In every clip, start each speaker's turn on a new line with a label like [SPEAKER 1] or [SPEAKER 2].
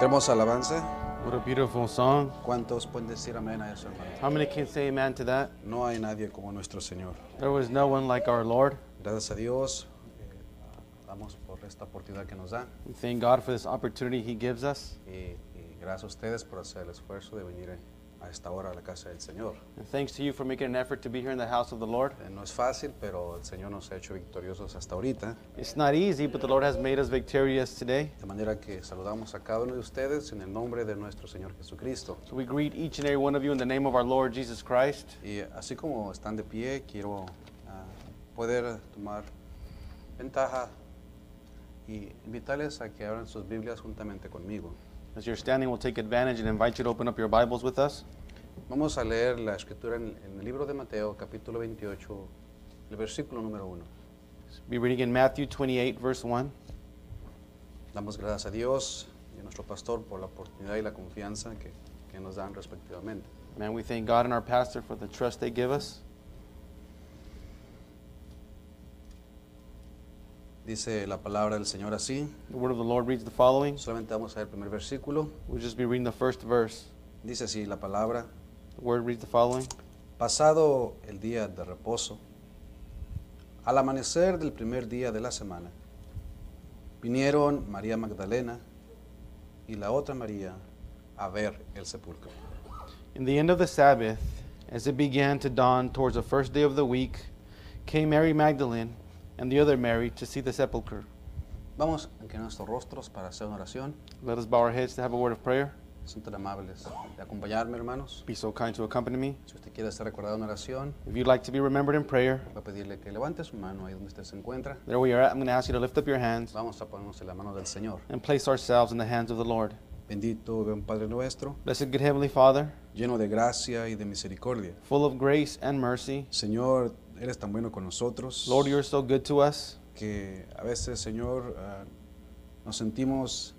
[SPEAKER 1] Hermosa alabanza.
[SPEAKER 2] What a beautiful song.
[SPEAKER 1] ¿Cuántos pueden decir amén a eso, hermano?
[SPEAKER 2] How many can say amen to that?
[SPEAKER 1] No hay nadie como nuestro Señor.
[SPEAKER 2] There was no one like our Lord.
[SPEAKER 1] Gracias a Dios, eh, damos por esta oportunidad que nos da
[SPEAKER 2] We thank God for this opportunity He gives us.
[SPEAKER 1] y, y gracias a ustedes por hacer el esfuerzo de venir a esta hora a la casa del Señor.
[SPEAKER 2] And thanks to you for making an effort to be here in the house of the Lord.
[SPEAKER 1] Eh, No es fácil, pero el Señor nos ha hecho victoriosos hasta ahorita,
[SPEAKER 2] It's not easy, but the Lord has made us victorious today.
[SPEAKER 1] de manera que saludamos a cada uno de ustedes en el nombre de nuestro Señor Jesucristo.
[SPEAKER 2] So we greet each and every one of you in the name of our Lord Jesus Christ.
[SPEAKER 1] Y así como están de pie, quiero ah, poder tomar ventaja y invitarles a que abran sus Biblias juntamente conmigo.
[SPEAKER 2] As you're standing, we'll take advantage and invite you to open up your Bibles with us.
[SPEAKER 1] Vamos a leer la escritura en, en el libro de Mateo, capítulo 28, el versículo número 1.
[SPEAKER 2] Be reading in Matthew 28, verse 1.
[SPEAKER 1] Damos gracias a Dios y a nuestro pastor por la oportunidad y la confianza que, que nos dan respectivamente.
[SPEAKER 2] Man, we thank God and our pastor for the trust they give us.
[SPEAKER 1] Dice la palabra del Señor así.
[SPEAKER 2] The word of the Lord reads the following.
[SPEAKER 1] Solamente vamos a ver el primer versículo.
[SPEAKER 2] We'll just be reading the first verse.
[SPEAKER 1] Dice así la palabra.
[SPEAKER 2] The word reads the following.
[SPEAKER 1] Pasado el día de reposo, al amanecer del primer día de la semana, vinieron María Magdalena y la otra María a ver el sepulcro.
[SPEAKER 2] In the end of the Sabbath, as it began to dawn towards the first day of the week, came Mary Magdalene and the other Mary to see the sepulchre.
[SPEAKER 1] Vamos a inclinar nuestros rostros para hacer una oración.
[SPEAKER 2] Let us bow our heads to have a word of prayer.
[SPEAKER 1] Son tan amables de acompañarme, hermanos.
[SPEAKER 2] Be so kind to accompany me.
[SPEAKER 1] Si usted quiere ser recordado en oración,
[SPEAKER 2] If you'd like to be remembered in prayer,
[SPEAKER 1] voy a pedirle que levante su mano ahí donde usted se encuentra.
[SPEAKER 2] there we are at. I'm going to ask you to lift up your hands
[SPEAKER 1] Vamos a ponernos en la mano del Señor.
[SPEAKER 2] and place ourselves in the hands of the Lord.
[SPEAKER 1] Bendito, gran Padre nuestro,
[SPEAKER 2] Blessed good Heavenly Father,
[SPEAKER 1] lleno de gracia y de misericordia.
[SPEAKER 2] full of grace and mercy,
[SPEAKER 1] Señor, eres tan bueno con nosotros
[SPEAKER 2] Lord, you're so good to us.
[SPEAKER 1] que a veces, Señor, ah, nos sentimos,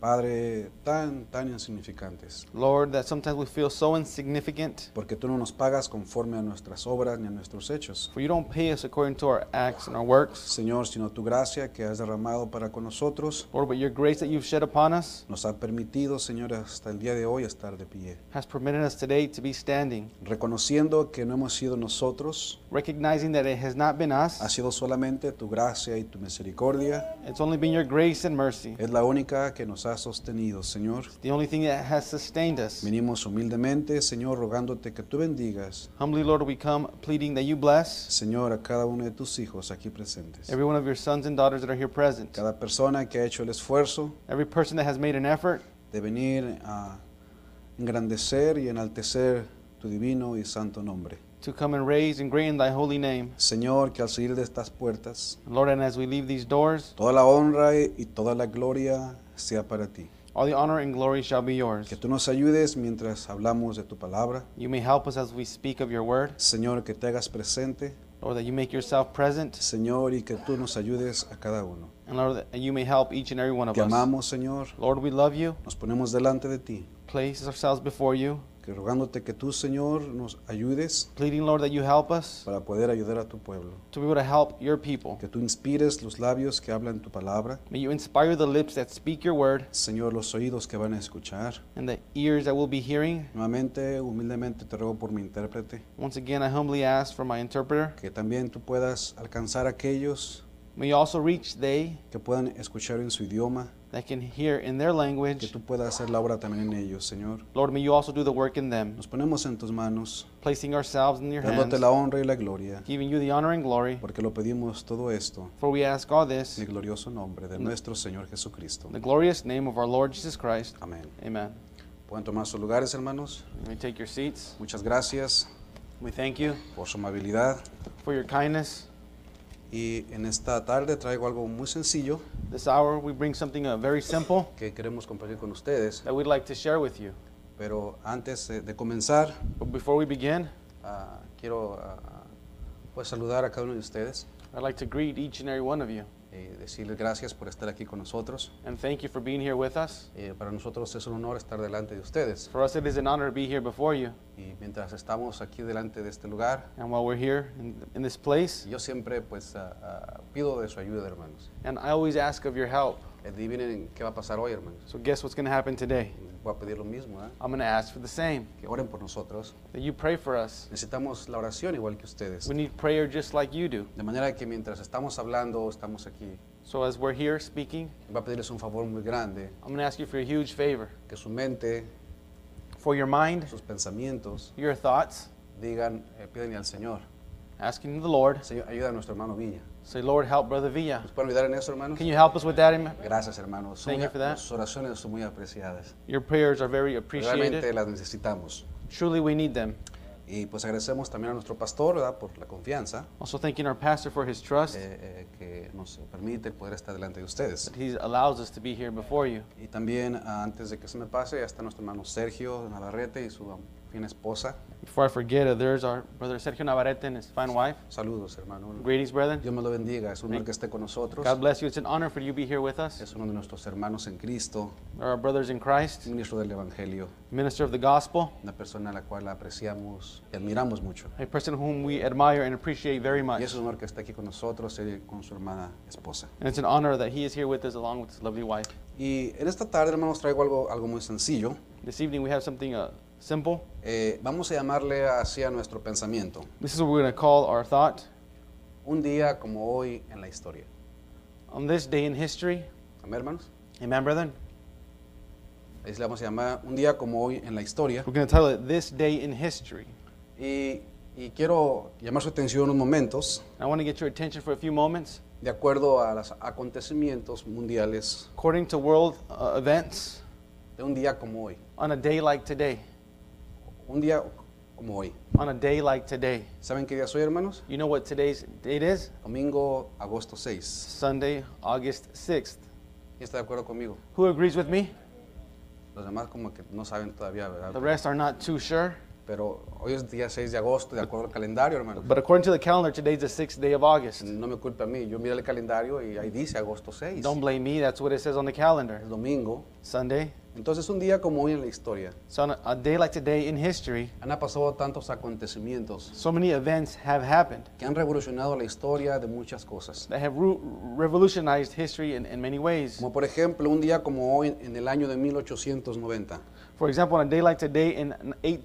[SPEAKER 1] Padre, tan, tan insignificantes,
[SPEAKER 2] Lord, that sometimes we feel so insignificant,
[SPEAKER 1] porque tú no nos pagas conforme a nuestras obras ni a nuestros hechos.
[SPEAKER 2] for you don't pay us according to our acts and our works.
[SPEAKER 1] Señor, sino tu gracia que has derramado para con nosotros
[SPEAKER 2] Lord, but your grace that you've shed upon us
[SPEAKER 1] nos ha permitido, Señor, hasta el día de hoy estar de pie,
[SPEAKER 2] has permitted us today to be standing,
[SPEAKER 1] reconociendo que no hemos sido nosotros,
[SPEAKER 2] recognizing that it has not been
[SPEAKER 1] ha
[SPEAKER 2] us.
[SPEAKER 1] sido solamente tu gracia y tu misericordia,
[SPEAKER 2] It's only been your grace and mercy,
[SPEAKER 1] es la única que nos ha sostenido, Señor.
[SPEAKER 2] the only thing that has sustained us.
[SPEAKER 1] Venimos humildemente, Señor, rogándote que tú bendigas,
[SPEAKER 2] Humbly, Lord, we come pleading that you bless
[SPEAKER 1] Señor, a cada uno de tus hijos aquí presentes.
[SPEAKER 2] every one of your sons and daughters that are here present,
[SPEAKER 1] Cada persona que ha hecho el esfuerzo
[SPEAKER 2] every person that has made an effort
[SPEAKER 1] de venir a engrandecer y enaltecer tu divino y santo nombre.
[SPEAKER 2] to come and raise and great in thy holy name.
[SPEAKER 1] Señor, que al salir de estas puertas,
[SPEAKER 2] Lord, and as we leave these doors,
[SPEAKER 1] toda la honra y toda la gloria sea para ti.
[SPEAKER 2] all the honor and glory shall be yours.
[SPEAKER 1] Que tú nos ayudes mientras hablamos de tu palabra.
[SPEAKER 2] You may help us as we speak of your word,
[SPEAKER 1] Señor, que te hagas presente.
[SPEAKER 2] Lord, that you make yourself present,
[SPEAKER 1] Señor, y que tú nos ayudes a cada uno.
[SPEAKER 2] and Lord, that you may help each and every one of
[SPEAKER 1] Te
[SPEAKER 2] us.
[SPEAKER 1] amamos, Señor.
[SPEAKER 2] Lord, we love you,
[SPEAKER 1] Nos ponemos delante de ti.
[SPEAKER 2] place ourselves before you,
[SPEAKER 1] Que rogándote que tú, Señor, nos ayudes
[SPEAKER 2] pleading, Lord, that you help us.
[SPEAKER 1] para poder ayudar a tu pueblo.
[SPEAKER 2] to be able to help your people.
[SPEAKER 1] Que tú inspires los labios que hablan tu palabra.
[SPEAKER 2] May you inspire the lips that speak your word
[SPEAKER 1] Señor, los oídos que van a escuchar.
[SPEAKER 2] and the ears that will be hearing.
[SPEAKER 1] Nuevamente, humildemente te ruego por mi intérprete,
[SPEAKER 2] Once again, I humbly ask for my interpreter.
[SPEAKER 1] que también tú puedas alcanzar a aquellos
[SPEAKER 2] May you also reach they
[SPEAKER 1] que puedan escuchar en su idioma,
[SPEAKER 2] that can hear in their
[SPEAKER 1] que
[SPEAKER 2] language.
[SPEAKER 1] tú puedas hacer la obra también en ellos, Señor.
[SPEAKER 2] Lord, may you also do the work in them,
[SPEAKER 1] Nos ponemos en tus manos,
[SPEAKER 2] placing ourselves in your hands,
[SPEAKER 1] dándote la honra y la gloria,
[SPEAKER 2] giving you the honor and glory.
[SPEAKER 1] porque lo pedimos todo esto
[SPEAKER 2] For we ask all this
[SPEAKER 1] en el glorioso nombre de nuestro Señor Jesucristo.
[SPEAKER 2] in the glorious name of our Lord Jesus Christ.
[SPEAKER 1] Amén.
[SPEAKER 2] Amen.
[SPEAKER 1] Pueden tomar sus lugares, hermanos.
[SPEAKER 2] You may take your seats.
[SPEAKER 1] Muchas gracias
[SPEAKER 2] We thank you
[SPEAKER 1] por su amabilidad.
[SPEAKER 2] for your kindness.
[SPEAKER 1] Y en esta tarde traigo algo muy sencillo
[SPEAKER 2] This hour, we bring something uh, very simple
[SPEAKER 1] que queremos compartir con ustedes.
[SPEAKER 2] that we'd like to share with you.
[SPEAKER 1] Pero antes eh, de comenzar,
[SPEAKER 2] But before we begin,
[SPEAKER 1] ah, quiero ah, pues saludar a cada uno de ustedes
[SPEAKER 2] I'd like to greet each and every one of you
[SPEAKER 1] y decirles gracias por estar aquí con nosotros.
[SPEAKER 2] and thank you for being here with us.
[SPEAKER 1] Eh, para nosotros es un honor estar delante de ustedes.
[SPEAKER 2] For us, it is an honor to be here before you.
[SPEAKER 1] Y mientras estamos aquí delante de este lugar,
[SPEAKER 2] And while we're here in, in this place,
[SPEAKER 1] yo siempre pues ah, ah, pido de su ayuda, hermanos.
[SPEAKER 2] and I always ask of your help.
[SPEAKER 1] Adivinen qué va a pasar hoy, hermanos.
[SPEAKER 2] So guess what's going to happen today?
[SPEAKER 1] Voy a pedir lo mismo, ¿eh?
[SPEAKER 2] I'm going to ask for the same.
[SPEAKER 1] que oren por nosotros.
[SPEAKER 2] That you pray for us.
[SPEAKER 1] Necesitamos la oración igual que ustedes.
[SPEAKER 2] We need prayer just like you do.
[SPEAKER 1] De manera que mientras estamos hablando, estamos aquí,
[SPEAKER 2] So as we're here speaking,
[SPEAKER 1] voy a pedirles un favor muy grande,
[SPEAKER 2] I'm going to ask you for a huge favor.
[SPEAKER 1] que su mente,
[SPEAKER 2] For your mind,
[SPEAKER 1] sus pensamientos,
[SPEAKER 2] your thoughts,
[SPEAKER 1] digan, eh, pídanle al Señor,
[SPEAKER 2] asking the Lord,
[SPEAKER 1] Señor, ayuda a nuestro hermano Villa.
[SPEAKER 2] say, Lord, help Brother Villa.
[SPEAKER 1] ¿Nos pueden ayudar en eso, hermanos?
[SPEAKER 2] Can you help us with that? Amen?
[SPEAKER 1] Gracias, hermanos. Son
[SPEAKER 2] Thank you
[SPEAKER 1] muy-
[SPEAKER 2] for that.
[SPEAKER 1] Sus oraciones son muy apreciadas.
[SPEAKER 2] Your prayers are very appreciated.
[SPEAKER 1] Realmente las necesitamos.
[SPEAKER 2] Truly, we need them.
[SPEAKER 1] Y pues agradecemos también a nuestro pastor ¿verdad? por la confianza
[SPEAKER 2] Also, thanking our pastor for his trust
[SPEAKER 1] eh, eh, que nos permite poder estar delante de ustedes.
[SPEAKER 2] that he allows us to be here before you.
[SPEAKER 1] Y también, ah, antes de que se me pase, ya está nuestro hermano Sergio Navarrete y su ah, fina esposa.
[SPEAKER 2] Before I forget, uh, there's our brother Sergio Navarrete and his fine wife.
[SPEAKER 1] Saludos, hermano.
[SPEAKER 2] Greetings, brethren.
[SPEAKER 1] Dios me lo bendiga. Es un honor que esté con nosotros.
[SPEAKER 2] God bless you. It's an honor for you to be here with us.
[SPEAKER 1] Es uno de nuestros hermanos en Cristo,
[SPEAKER 2] They're our brothers in Christ,
[SPEAKER 1] ministro del Evangelio,
[SPEAKER 2] minister of the gospel,
[SPEAKER 1] una persona a la cual apreciamos y admiramos mucho.
[SPEAKER 2] a person whom we admire and appreciate very
[SPEAKER 1] Y
[SPEAKER 2] much.
[SPEAKER 1] es un honor que esté aquí con nosotros y con su hermana esposa.
[SPEAKER 2] And it's an honor that he is here with us along with his lovely wife.
[SPEAKER 1] Y en esta tarde, hermanos, traigo algo, algo muy sencillo.
[SPEAKER 2] This evening we have something uh, simple.
[SPEAKER 1] Eh, vamos a llamarle hacia nuestro pensamiento.
[SPEAKER 2] This is what we're going to call our thought.
[SPEAKER 1] Un día como hoy en la historia.
[SPEAKER 2] On this day in history,
[SPEAKER 1] Amén, hermanos.
[SPEAKER 2] amen, brethren?
[SPEAKER 1] Ahí se le vamos a llamar un día como hoy en la historia.
[SPEAKER 2] We're going to title it This Day in History.
[SPEAKER 1] Y, y quiero llamar su atención unos momentos
[SPEAKER 2] And I want to get your attention for a few moments.
[SPEAKER 1] de acuerdo a los acontecimientos mundiales
[SPEAKER 2] According to world uh, events,
[SPEAKER 1] de un día como hoy.
[SPEAKER 2] on a day like today,
[SPEAKER 1] Un día como hoy.
[SPEAKER 2] on a day like today,
[SPEAKER 1] ¿Saben qué día soy, hermanos?
[SPEAKER 2] you know what today's date is?
[SPEAKER 1] Domingo, agosto 6.
[SPEAKER 2] Sunday, August 6th.
[SPEAKER 1] ¿Y está de acuerdo conmigo?
[SPEAKER 2] Who agrees with me?
[SPEAKER 1] Los demás como que no saben todavía,
[SPEAKER 2] The
[SPEAKER 1] ¿verdad?
[SPEAKER 2] rest are not too sure.
[SPEAKER 1] Pero hoy es día 6 de agosto, de acuerdo al calendario, hermanos.
[SPEAKER 2] But according to the calendar, today's the sixth day of August.
[SPEAKER 1] No me culpe a mí, yo miré el calendario y ahí dice agosto 6.
[SPEAKER 2] Don't blame me, that's what it says on the calendar.
[SPEAKER 1] Es domingo.
[SPEAKER 2] Sunday.
[SPEAKER 1] Entonces un día como hoy en la historia.
[SPEAKER 2] So on a, a day like today in history,
[SPEAKER 1] Han pasado tantos acontecimientos
[SPEAKER 2] so many events have happened
[SPEAKER 1] que han revolucionado la historia de muchas cosas.
[SPEAKER 2] that have ru- revolutionized history in, in many ways.
[SPEAKER 1] Como por ejemplo un día como hoy en el año de 1890.
[SPEAKER 2] For example, on a day like today in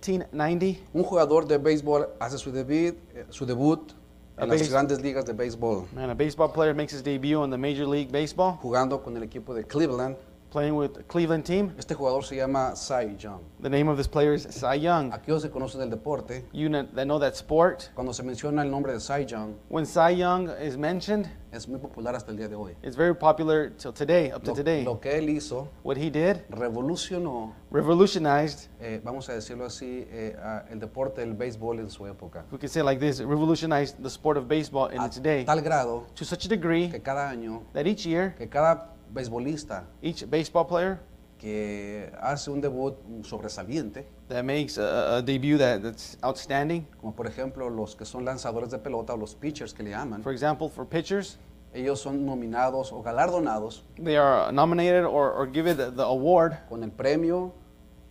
[SPEAKER 2] 1890,
[SPEAKER 1] Un jugador de béisbol hace su debut, eh, su debut
[SPEAKER 2] A
[SPEAKER 1] en las
[SPEAKER 2] base-
[SPEAKER 1] grandes ligas de béisbol,
[SPEAKER 2] man, a baseball player makes his debut in the Major League Baseball,
[SPEAKER 1] jugando con el equipo de Cleveland.
[SPEAKER 2] playing with the Cleveland team.
[SPEAKER 1] Este jugador se llama Cy Young.
[SPEAKER 2] The name of this player is Cy Young.
[SPEAKER 1] Aquellos que conocen el deporte,
[SPEAKER 2] You kn- that know that sport,
[SPEAKER 1] cuando se menciona el nombre de Cy Young,
[SPEAKER 2] when Cy Young is mentioned,
[SPEAKER 1] es muy popular hasta el día de hoy.
[SPEAKER 2] it's very popular till today, up to
[SPEAKER 1] Lo,
[SPEAKER 2] today.
[SPEAKER 1] lo que él hizo
[SPEAKER 2] What he did
[SPEAKER 1] revolucionó,
[SPEAKER 2] revolutionized,
[SPEAKER 1] eh, vamos a decirlo así, eh, a- el deporte del béisbol en su época.
[SPEAKER 2] we could say like this, it revolutionized the sport of baseball in
[SPEAKER 1] A
[SPEAKER 2] its day
[SPEAKER 1] Ah, tal grado
[SPEAKER 2] to such a degree
[SPEAKER 1] que cada año,
[SPEAKER 2] that each year,
[SPEAKER 1] que cada beisbolista
[SPEAKER 2] each baseball player
[SPEAKER 1] que hace un debut sobresaliente,
[SPEAKER 2] that makes a, a debut that, that's outstanding,
[SPEAKER 1] como por ejemplo los que son lanzadores de pelota o los pitchers que le llaman,
[SPEAKER 2] for example, for pitchers,
[SPEAKER 1] ellos son nominados o galardonados
[SPEAKER 2] they are nominated or, or given the, the award
[SPEAKER 1] con el premio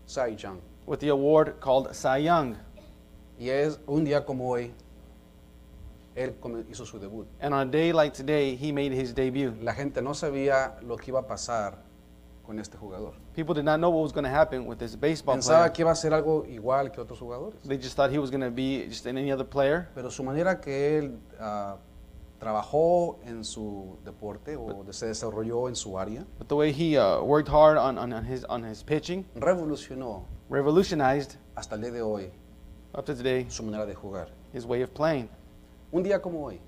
[SPEAKER 1] Cy Young.
[SPEAKER 2] with the award called Cy Young.
[SPEAKER 1] Y es un día como hoy, él come- hizo su debut.
[SPEAKER 2] And on a day like today, he made his debut.
[SPEAKER 1] La gente no sabía lo que iba a pasar con este jugador.
[SPEAKER 2] People did not know what was going to happen with this baseball
[SPEAKER 1] Pensaba
[SPEAKER 2] player.
[SPEAKER 1] que iba a ser algo igual que otros jugadores.
[SPEAKER 2] They just thought he was going to be just in any other player.
[SPEAKER 1] Pero su manera que él ah, trabajó en su deporte o de- se desarrolló en su área,
[SPEAKER 2] But the way he uh, worked hard on, on, on, his, on his pitching
[SPEAKER 1] revolucionó
[SPEAKER 2] revolutionized
[SPEAKER 1] hasta el día de hoy
[SPEAKER 2] up to today
[SPEAKER 1] su manera de jugar.
[SPEAKER 2] his way of playing.
[SPEAKER 1] Un día como hoy,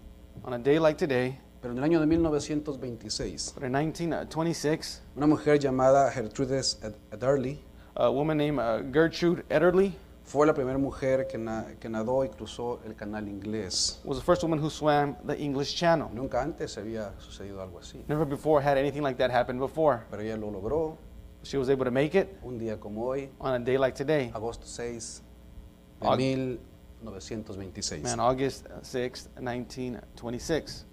[SPEAKER 2] On a day like today,
[SPEAKER 1] pero en el año de 1926,
[SPEAKER 2] but in 1926,
[SPEAKER 1] una mujer llamada Gertrudes Ed- Ederle
[SPEAKER 2] a woman named uh, Gertrude Ederle
[SPEAKER 1] fue la primera mujer que, na- que nadó y cruzó el canal inglés.
[SPEAKER 2] was the first woman who swam the English Channel.
[SPEAKER 1] Nunca antes había sucedido algo así,
[SPEAKER 2] Never before had anything like that happened before.
[SPEAKER 1] pero ella lo logró
[SPEAKER 2] She was able to make it
[SPEAKER 1] un día como hoy,
[SPEAKER 2] on a day like today.
[SPEAKER 1] agosto 6
[SPEAKER 2] Ag-
[SPEAKER 1] de 1926.
[SPEAKER 2] Man, August 6th, 1926.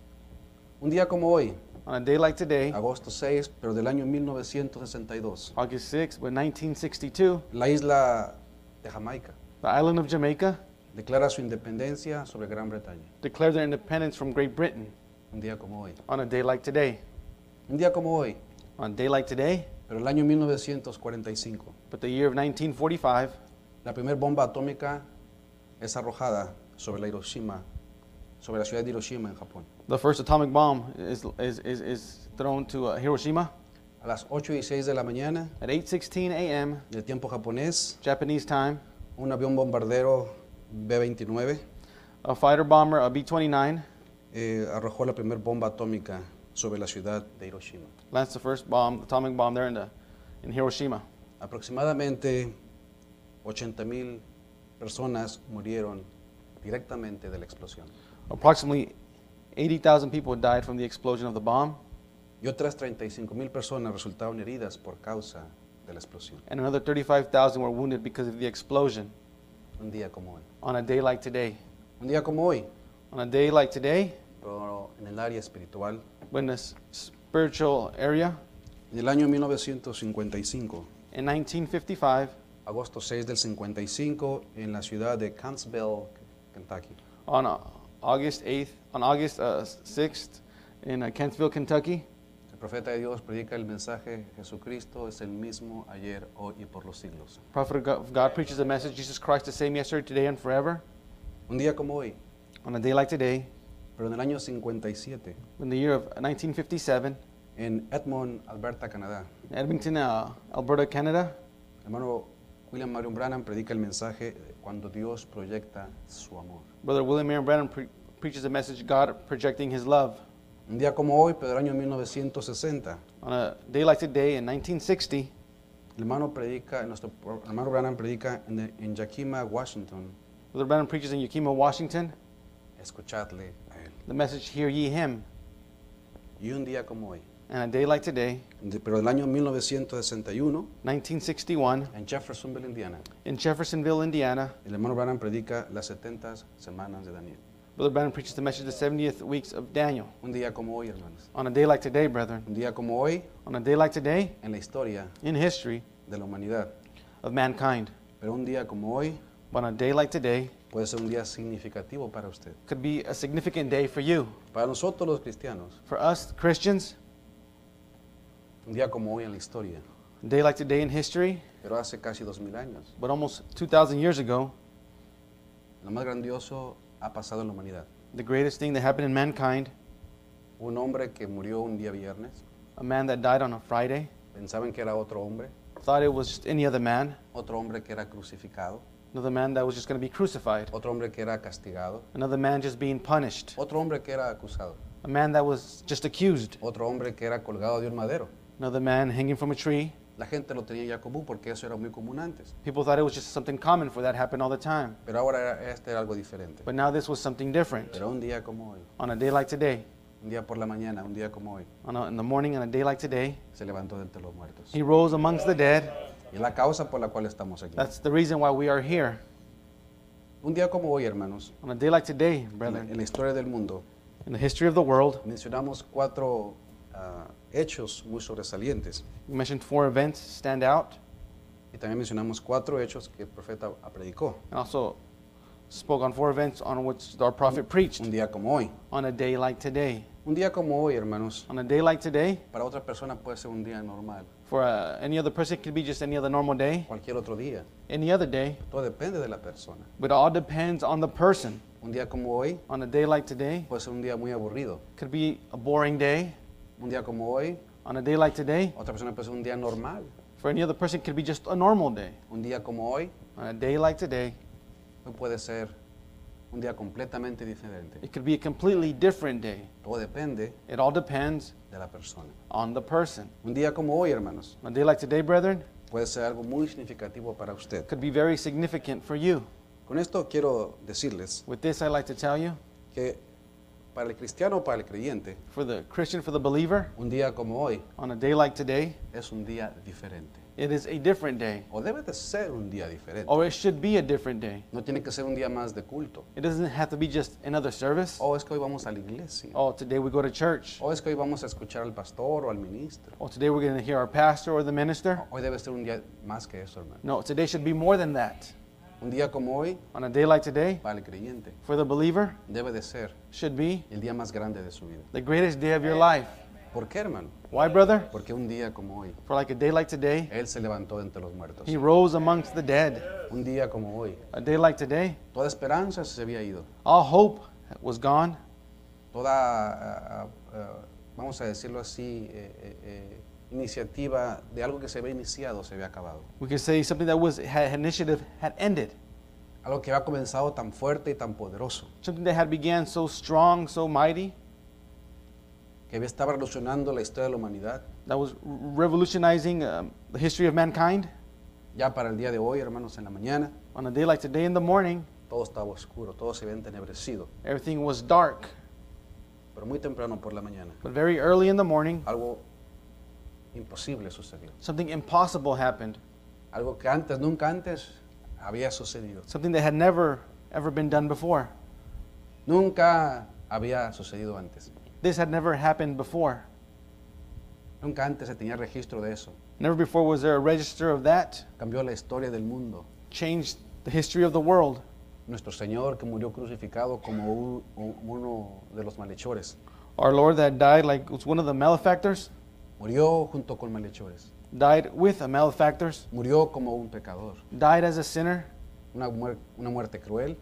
[SPEAKER 1] Un día como hoy,
[SPEAKER 2] On a day like today,
[SPEAKER 1] agosto 6, pero del año 1962,
[SPEAKER 2] August 6th, but 1962,
[SPEAKER 1] la isla de Jamaica
[SPEAKER 2] the island of Jamaica
[SPEAKER 1] declara su independencia sobre Gran Bretaña.
[SPEAKER 2] declared their independence from Great Britain
[SPEAKER 1] Un día como hoy.
[SPEAKER 2] on a day like today.
[SPEAKER 1] Un día como hoy,
[SPEAKER 2] on a day like today,
[SPEAKER 1] Pero el año 1945,
[SPEAKER 2] but the year of 1945,
[SPEAKER 1] la primera bomba atómica es arrojada sobre la Hiroshima, sobre la ciudad de Hiroshima en Japón.
[SPEAKER 2] the first atomic bomb is, is, is, is thrown to uh, Hiroshima
[SPEAKER 1] A las 8 y 6 de la mañana,
[SPEAKER 2] at 8:16 a.m.
[SPEAKER 1] del tiempo japonés,
[SPEAKER 2] Japanese time.
[SPEAKER 1] un avión bombardero B-29
[SPEAKER 2] A fighter bomber, a B-29,
[SPEAKER 1] eh, arrojó la primera bomba atómica sobre la ciudad de Hiroshima.
[SPEAKER 2] lands the first bomb, atomic bomb there in, the, in Hiroshima.
[SPEAKER 1] Aproximadamente 80 mil personas murieron directamente de la explosión
[SPEAKER 2] Approximately 80,000 people died from the explosion of the bomb,
[SPEAKER 1] y otras 35 mil personas resultaron heridas por causa de la explosión,
[SPEAKER 2] and another 35,000 were wounded because of the explosion
[SPEAKER 1] un día como hoy.
[SPEAKER 2] on a day like today.
[SPEAKER 1] Un día como hoy,
[SPEAKER 2] On a day like today,
[SPEAKER 1] pero en el área espiritual,
[SPEAKER 2] when the spiritual area
[SPEAKER 1] en el año 1955,
[SPEAKER 2] in 1955,
[SPEAKER 1] agosto 6 del 55, en la ciudad de Huntsville, Kentucky,
[SPEAKER 2] on uh, August 8th, on August uh, 6th, in uh, Kentville, Kentucky,
[SPEAKER 1] el profeta de Dios predica el mensaje, Jesucristo es el mismo ayer, hoy y por los siglos.
[SPEAKER 2] prophet of God- of God preaches the message: Jesus Christ, the same yesterday, today, and forever.
[SPEAKER 1] Un día como hoy,
[SPEAKER 2] On a day like today,
[SPEAKER 1] pero en el año 57,
[SPEAKER 2] in the year of 1957,
[SPEAKER 1] en Edmond, Alberta, Canadá,
[SPEAKER 2] in Edmonton, uh, Alberta, Canada,
[SPEAKER 1] el hermano William Marion Branham predica el mensaje eh, cuando Dios proyecta su amor.
[SPEAKER 2] Brother William Aaron Branham pre- preaches the message: God projecting His love.
[SPEAKER 1] Un día como hoy, pero del año 1960,
[SPEAKER 2] On a day like today, in 1960,
[SPEAKER 1] el hermano, predica, nuestro pro- hermano Branham predica en, en Yakima, Washington,
[SPEAKER 2] Brother Branham preaches in Yakima, Washington,
[SPEAKER 1] escuchadle a él.
[SPEAKER 2] the message: Hear ye Him.
[SPEAKER 1] Y un día como hoy,
[SPEAKER 2] And a day like today,
[SPEAKER 1] de- pero del año 1961,
[SPEAKER 2] 1961,
[SPEAKER 1] en Jeffersonville, Indiana,
[SPEAKER 2] in Jeffersonville, Indiana,
[SPEAKER 1] el hermano Branham predica las 70 semanas de Daniel.
[SPEAKER 2] Brother Branham preaches the message: The 70th weeks of Daniel.
[SPEAKER 1] Un día como hoy, hermanos.
[SPEAKER 2] On a day like today, brethren,
[SPEAKER 1] Un día como hoy
[SPEAKER 2] on a day like today,
[SPEAKER 1] en la historia
[SPEAKER 2] in history
[SPEAKER 1] de la humanidad.
[SPEAKER 2] of mankind,
[SPEAKER 1] Pero un día como hoy
[SPEAKER 2] but on a day like today,
[SPEAKER 1] puede ser un día significativo para usted.
[SPEAKER 2] could be a significant day for you.
[SPEAKER 1] Para nosotros los cristianos,
[SPEAKER 2] For us Christians,
[SPEAKER 1] un día como hoy en la historia,
[SPEAKER 2] a day like today in history,
[SPEAKER 1] pero hace casi dos mil años,
[SPEAKER 2] but almost 2,000 years ago,
[SPEAKER 1] lo más grandioso ha pasado en la humanidad.
[SPEAKER 2] the greatest thing that happened in mankind,
[SPEAKER 1] Un hombre que murió un día viernes,
[SPEAKER 2] a man that died on a Friday,
[SPEAKER 1] pensaban que era otro hombre,
[SPEAKER 2] thought it was just any other man,
[SPEAKER 1] otro hombre que era crucificado,
[SPEAKER 2] another man that was just going to be crucified,
[SPEAKER 1] otro hombre que era castigado,
[SPEAKER 2] another man just being punished,
[SPEAKER 1] otro hombre que era acusado,
[SPEAKER 2] a man that was just accused,
[SPEAKER 1] otro hombre que era colgado de un madero.
[SPEAKER 2] another man hanging from a tree.
[SPEAKER 1] La gente lo tenía ya común porque eso era muy común antes,
[SPEAKER 2] People thought it was just something common for that happened all the time.
[SPEAKER 1] pero ahora era- este era algo diferente.
[SPEAKER 2] But now this was something different.
[SPEAKER 1] Pero un día como hoy,
[SPEAKER 2] On a day like today,
[SPEAKER 1] un día por la mañana, un día como hoy,
[SPEAKER 2] on a, in the morning, on a day like today,
[SPEAKER 1] se levantó de entre los muertos.
[SPEAKER 2] he rose amongst the dead.
[SPEAKER 1] Y es la causa por la cual estamos aquí.
[SPEAKER 2] That's the reason why we are here.
[SPEAKER 1] Un día como hoy, hermanos,
[SPEAKER 2] On a day like today,
[SPEAKER 1] en la,
[SPEAKER 2] brethren,
[SPEAKER 1] en la historia del mundo,
[SPEAKER 2] in the history of the world,
[SPEAKER 1] mencionamos cuatro ah, hechos muy sobresalientes.
[SPEAKER 2] you mentioned four events stand out,
[SPEAKER 1] Y también mencionamos cuatro hechos que el profeta predicó.
[SPEAKER 2] and also spoke on four events on which our prophet preached
[SPEAKER 1] Un día como hoy.
[SPEAKER 2] on a day like today.
[SPEAKER 1] Un día como hoy, hermanos,
[SPEAKER 2] On a day like today,
[SPEAKER 1] para otra persona puede ser un día normal,
[SPEAKER 2] for uh, any other person, it could be just any other normal day,
[SPEAKER 1] cualquier otro día.
[SPEAKER 2] any other day,
[SPEAKER 1] Todo depende de la persona.
[SPEAKER 2] but it all depends on the person.
[SPEAKER 1] Un día como hoy
[SPEAKER 2] On a day like today,
[SPEAKER 1] puede ser un día muy aburrido.
[SPEAKER 2] could be a boring day.
[SPEAKER 1] Un día como hoy,
[SPEAKER 2] On a day like today,
[SPEAKER 1] otra persona puede ser un día normal.
[SPEAKER 2] for any other person, could be just a normal day.
[SPEAKER 1] Un día como hoy,
[SPEAKER 2] On a day like today,
[SPEAKER 1] hoy puede ser un día completamente diferente.
[SPEAKER 2] it could be a completely different day.
[SPEAKER 1] Todo depende
[SPEAKER 2] It all depends
[SPEAKER 1] de la persona.
[SPEAKER 2] on the person.
[SPEAKER 1] Un día como hoy, hermanos,
[SPEAKER 2] On a day like today, brethren,
[SPEAKER 1] puede ser algo muy significativo para usted.
[SPEAKER 2] could be very significant for you.
[SPEAKER 1] Con esto quiero decirles
[SPEAKER 2] With this, I'd like to tell you
[SPEAKER 1] que para el cristiano o para el creyente,
[SPEAKER 2] for the Christian, for the believer,
[SPEAKER 1] un día como hoy
[SPEAKER 2] on a day like today,
[SPEAKER 1] es un día diferente.
[SPEAKER 2] it is a different day,
[SPEAKER 1] O debe de ser un día diferente.
[SPEAKER 2] or it should be a different day.
[SPEAKER 1] No tiene que ser un día más de culto.
[SPEAKER 2] It doesn't have to be just another service.
[SPEAKER 1] O es que hoy vamos a la iglesia.
[SPEAKER 2] Oh, today we go to church.
[SPEAKER 1] O es que hoy vamos a escuchar al pastor o al ministro.
[SPEAKER 2] Oh, today we're going to hear our pastor or the minister.
[SPEAKER 1] Hoy debe ser un día más que eso, hermano.
[SPEAKER 2] No, today should be more than that.
[SPEAKER 1] Un día como hoy,
[SPEAKER 2] On a day like today,
[SPEAKER 1] para el creyente,
[SPEAKER 2] for the believer,
[SPEAKER 1] debe de ser
[SPEAKER 2] should be
[SPEAKER 1] el día más grande de su vida.
[SPEAKER 2] the greatest day of your life.
[SPEAKER 1] ¿Por qué, hermano?
[SPEAKER 2] Why, brother?
[SPEAKER 1] Porque un día como hoy,
[SPEAKER 2] For like a day like today,
[SPEAKER 1] Él se levantó de entre los muertos.
[SPEAKER 2] he rose amongst the dead.
[SPEAKER 1] Un día como hoy,
[SPEAKER 2] A day like today,
[SPEAKER 1] toda esperanza se había ido.
[SPEAKER 2] all hope was gone.
[SPEAKER 1] Toda, ah, ah, ah, vamos a decirlo así, eh, eh, eh, iniciativa de algo que se había iniciado se había acabado.
[SPEAKER 2] We could say something that was had initiative had ended.
[SPEAKER 1] Algo que había comenzado tan fuerte y tan poderoso,
[SPEAKER 2] Something that had began so strong, so mighty,
[SPEAKER 1] que había- estaba revolucionando la historia de la humanidad.
[SPEAKER 2] that was revolutionizing um, the history of mankind.
[SPEAKER 1] Ya para el día de hoy, hermanos, en la mañana,
[SPEAKER 2] On a day like today in the morning,
[SPEAKER 1] todo estaba oscuro, todo se había entenebrecido.
[SPEAKER 2] everything was dark,
[SPEAKER 1] Pero muy temprano por la mañana,
[SPEAKER 2] but very early in the morning,
[SPEAKER 1] algo imposible sucedió.
[SPEAKER 2] something impossible happened.
[SPEAKER 1] Algo que antes, nunca antes, había sucedido.
[SPEAKER 2] Something that had never ever been done before.
[SPEAKER 1] Nunca había sucedido antes.
[SPEAKER 2] This had never happened before.
[SPEAKER 1] Nunca antes se tenía registro de eso.
[SPEAKER 2] Never before was there a register of that.
[SPEAKER 1] Cambió la historia del mundo.
[SPEAKER 2] Changed the history of the world.
[SPEAKER 1] Nuestro Señor que murió crucificado como u- u- uno de los malhechores.
[SPEAKER 2] Our Lord that died like was one of the malefactors,
[SPEAKER 1] Murió junto con malhechores.
[SPEAKER 2] died with a malefactors,
[SPEAKER 1] Murió como un pecador.
[SPEAKER 2] died as a sinner,
[SPEAKER 1] Una, muer- una muerte cruel.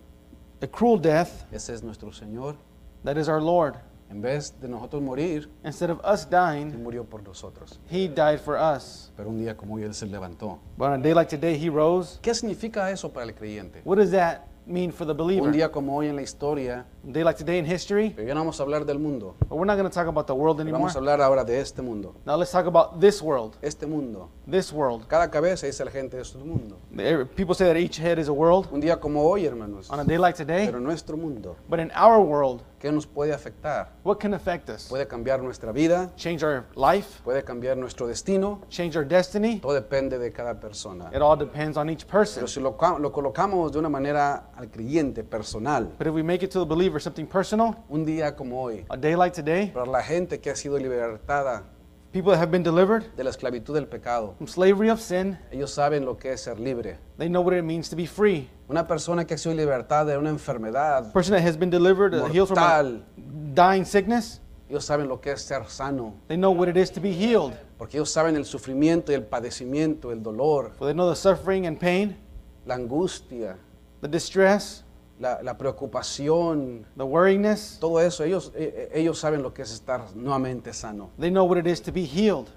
[SPEAKER 2] a cruel death.
[SPEAKER 1] Ese es nuestro Señor.
[SPEAKER 2] That is our Lord.
[SPEAKER 1] En vez de nosotros morir,
[SPEAKER 2] Instead of us
[SPEAKER 1] Él
[SPEAKER 2] dying,
[SPEAKER 1] murió por nosotros.
[SPEAKER 2] he died for us.
[SPEAKER 1] Pero un día como hoy Él se levantó.
[SPEAKER 2] But on a day like today, he rose.
[SPEAKER 1] ¿Qué significa eso para el creyente?
[SPEAKER 2] What does that mean for the believer?
[SPEAKER 1] Un día como hoy en la historia,
[SPEAKER 2] A day like today in history,
[SPEAKER 1] pero ya no vamos a hablar del mundo.
[SPEAKER 2] but we're not going to talk about the world anymore.
[SPEAKER 1] Vamos a hablar ahora de este mundo.
[SPEAKER 2] Now let's talk about this world.
[SPEAKER 1] Este mundo.
[SPEAKER 2] This world.
[SPEAKER 1] Cada cabeza dice la gente, es un mundo.
[SPEAKER 2] There- People say that each head is a world.
[SPEAKER 1] Un día como hoy, hermanos.
[SPEAKER 2] On a day like today,
[SPEAKER 1] Pero nuestro mundo,
[SPEAKER 2] but in our world,
[SPEAKER 1] ¿qué nos puede afectar?
[SPEAKER 2] what can affect us?
[SPEAKER 1] Puede cambiar nuestra vida,
[SPEAKER 2] Change our life,
[SPEAKER 1] puede cambiar nuestro destino.
[SPEAKER 2] change our destiny.
[SPEAKER 1] Todo depende de cada persona.
[SPEAKER 2] It all depends on each person.
[SPEAKER 1] Pero si lo, ca- lo colocamos de una manera al creyente, personal,
[SPEAKER 2] But if we make it to the believer something personal,
[SPEAKER 1] un día como hoy,
[SPEAKER 2] a day like today,
[SPEAKER 1] para la gente que ha sido libertada
[SPEAKER 2] people that have been delivered
[SPEAKER 1] de la esclavitud del pecado,
[SPEAKER 2] from slavery of sin,
[SPEAKER 1] ellos saben lo que es ser libre.
[SPEAKER 2] they know what it means to be free.
[SPEAKER 1] Una persona que ha sido libertada de una
[SPEAKER 2] A
[SPEAKER 1] enfermedad,
[SPEAKER 2] person that has been delivered, uh, healed from a dying sickness,
[SPEAKER 1] ellos saben lo que es ser sano,
[SPEAKER 2] they know what it is to be healed.
[SPEAKER 1] porque ellos saben el sufrimiento y el padecimiento, el dolor,
[SPEAKER 2] For they know the suffering and pain,
[SPEAKER 1] la angustia,
[SPEAKER 2] the distress,
[SPEAKER 1] la, la preocupación,
[SPEAKER 2] the worriness.
[SPEAKER 1] todo eso, ellos, eh, eh, ellos saben lo que es estar nuevamente sano.
[SPEAKER 2] They know what it is to be healed.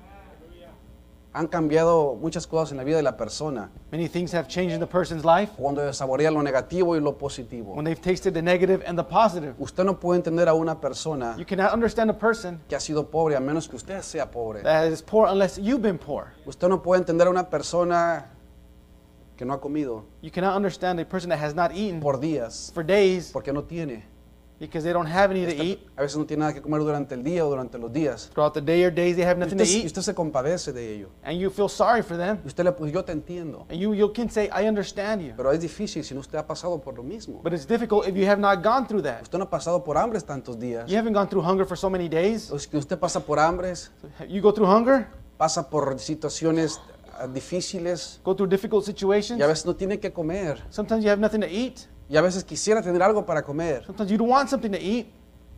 [SPEAKER 1] Han cambiado muchas cosas en la vida de la persona,
[SPEAKER 2] Many things have changed in the person's life
[SPEAKER 1] cuando saborean lo negativo y lo positivo.
[SPEAKER 2] when they've tasted the negative and the positive.
[SPEAKER 1] Usted no puede entender a una persona
[SPEAKER 2] You cannot understand a person
[SPEAKER 1] que ha sido pobre a menos que usted sea pobre.
[SPEAKER 2] that is poor unless you've been poor.
[SPEAKER 1] Usted no puede entender a una persona que no ha comido
[SPEAKER 2] You cannot understand a person that has not eaten
[SPEAKER 1] por días,
[SPEAKER 2] for days
[SPEAKER 1] porque no tiene.
[SPEAKER 2] because they don't have any to eat.
[SPEAKER 1] A veces no tiene nada que comer durante el día o durante los días.
[SPEAKER 2] Throughout the day or days they have
[SPEAKER 1] Y
[SPEAKER 2] nothing
[SPEAKER 1] usted,
[SPEAKER 2] to
[SPEAKER 1] y
[SPEAKER 2] eat,
[SPEAKER 1] usted se compadece de ello.
[SPEAKER 2] and you feel sorry for them.
[SPEAKER 1] Y usted le pues yo te entiendo.
[SPEAKER 2] And you, you can say, I understand you.
[SPEAKER 1] Pero es difícil si no usted ha pasado por lo mismo.
[SPEAKER 2] But it's difficult if you have not gone through that.
[SPEAKER 1] Usted no ha pasado por hambres tantos días.
[SPEAKER 2] You haven't gone through hunger for so many days.
[SPEAKER 1] O si que usted pasa por hambres,
[SPEAKER 2] You go through hunger,
[SPEAKER 1] pasa por situaciones ah, difíciles
[SPEAKER 2] go through difficult
[SPEAKER 1] y a
[SPEAKER 2] situations.
[SPEAKER 1] veces no tiene que comer.
[SPEAKER 2] Sometimes you have nothing to eat.
[SPEAKER 1] Y a veces quisiera tener algo para comer.
[SPEAKER 2] Sometimes you don't want something to eat.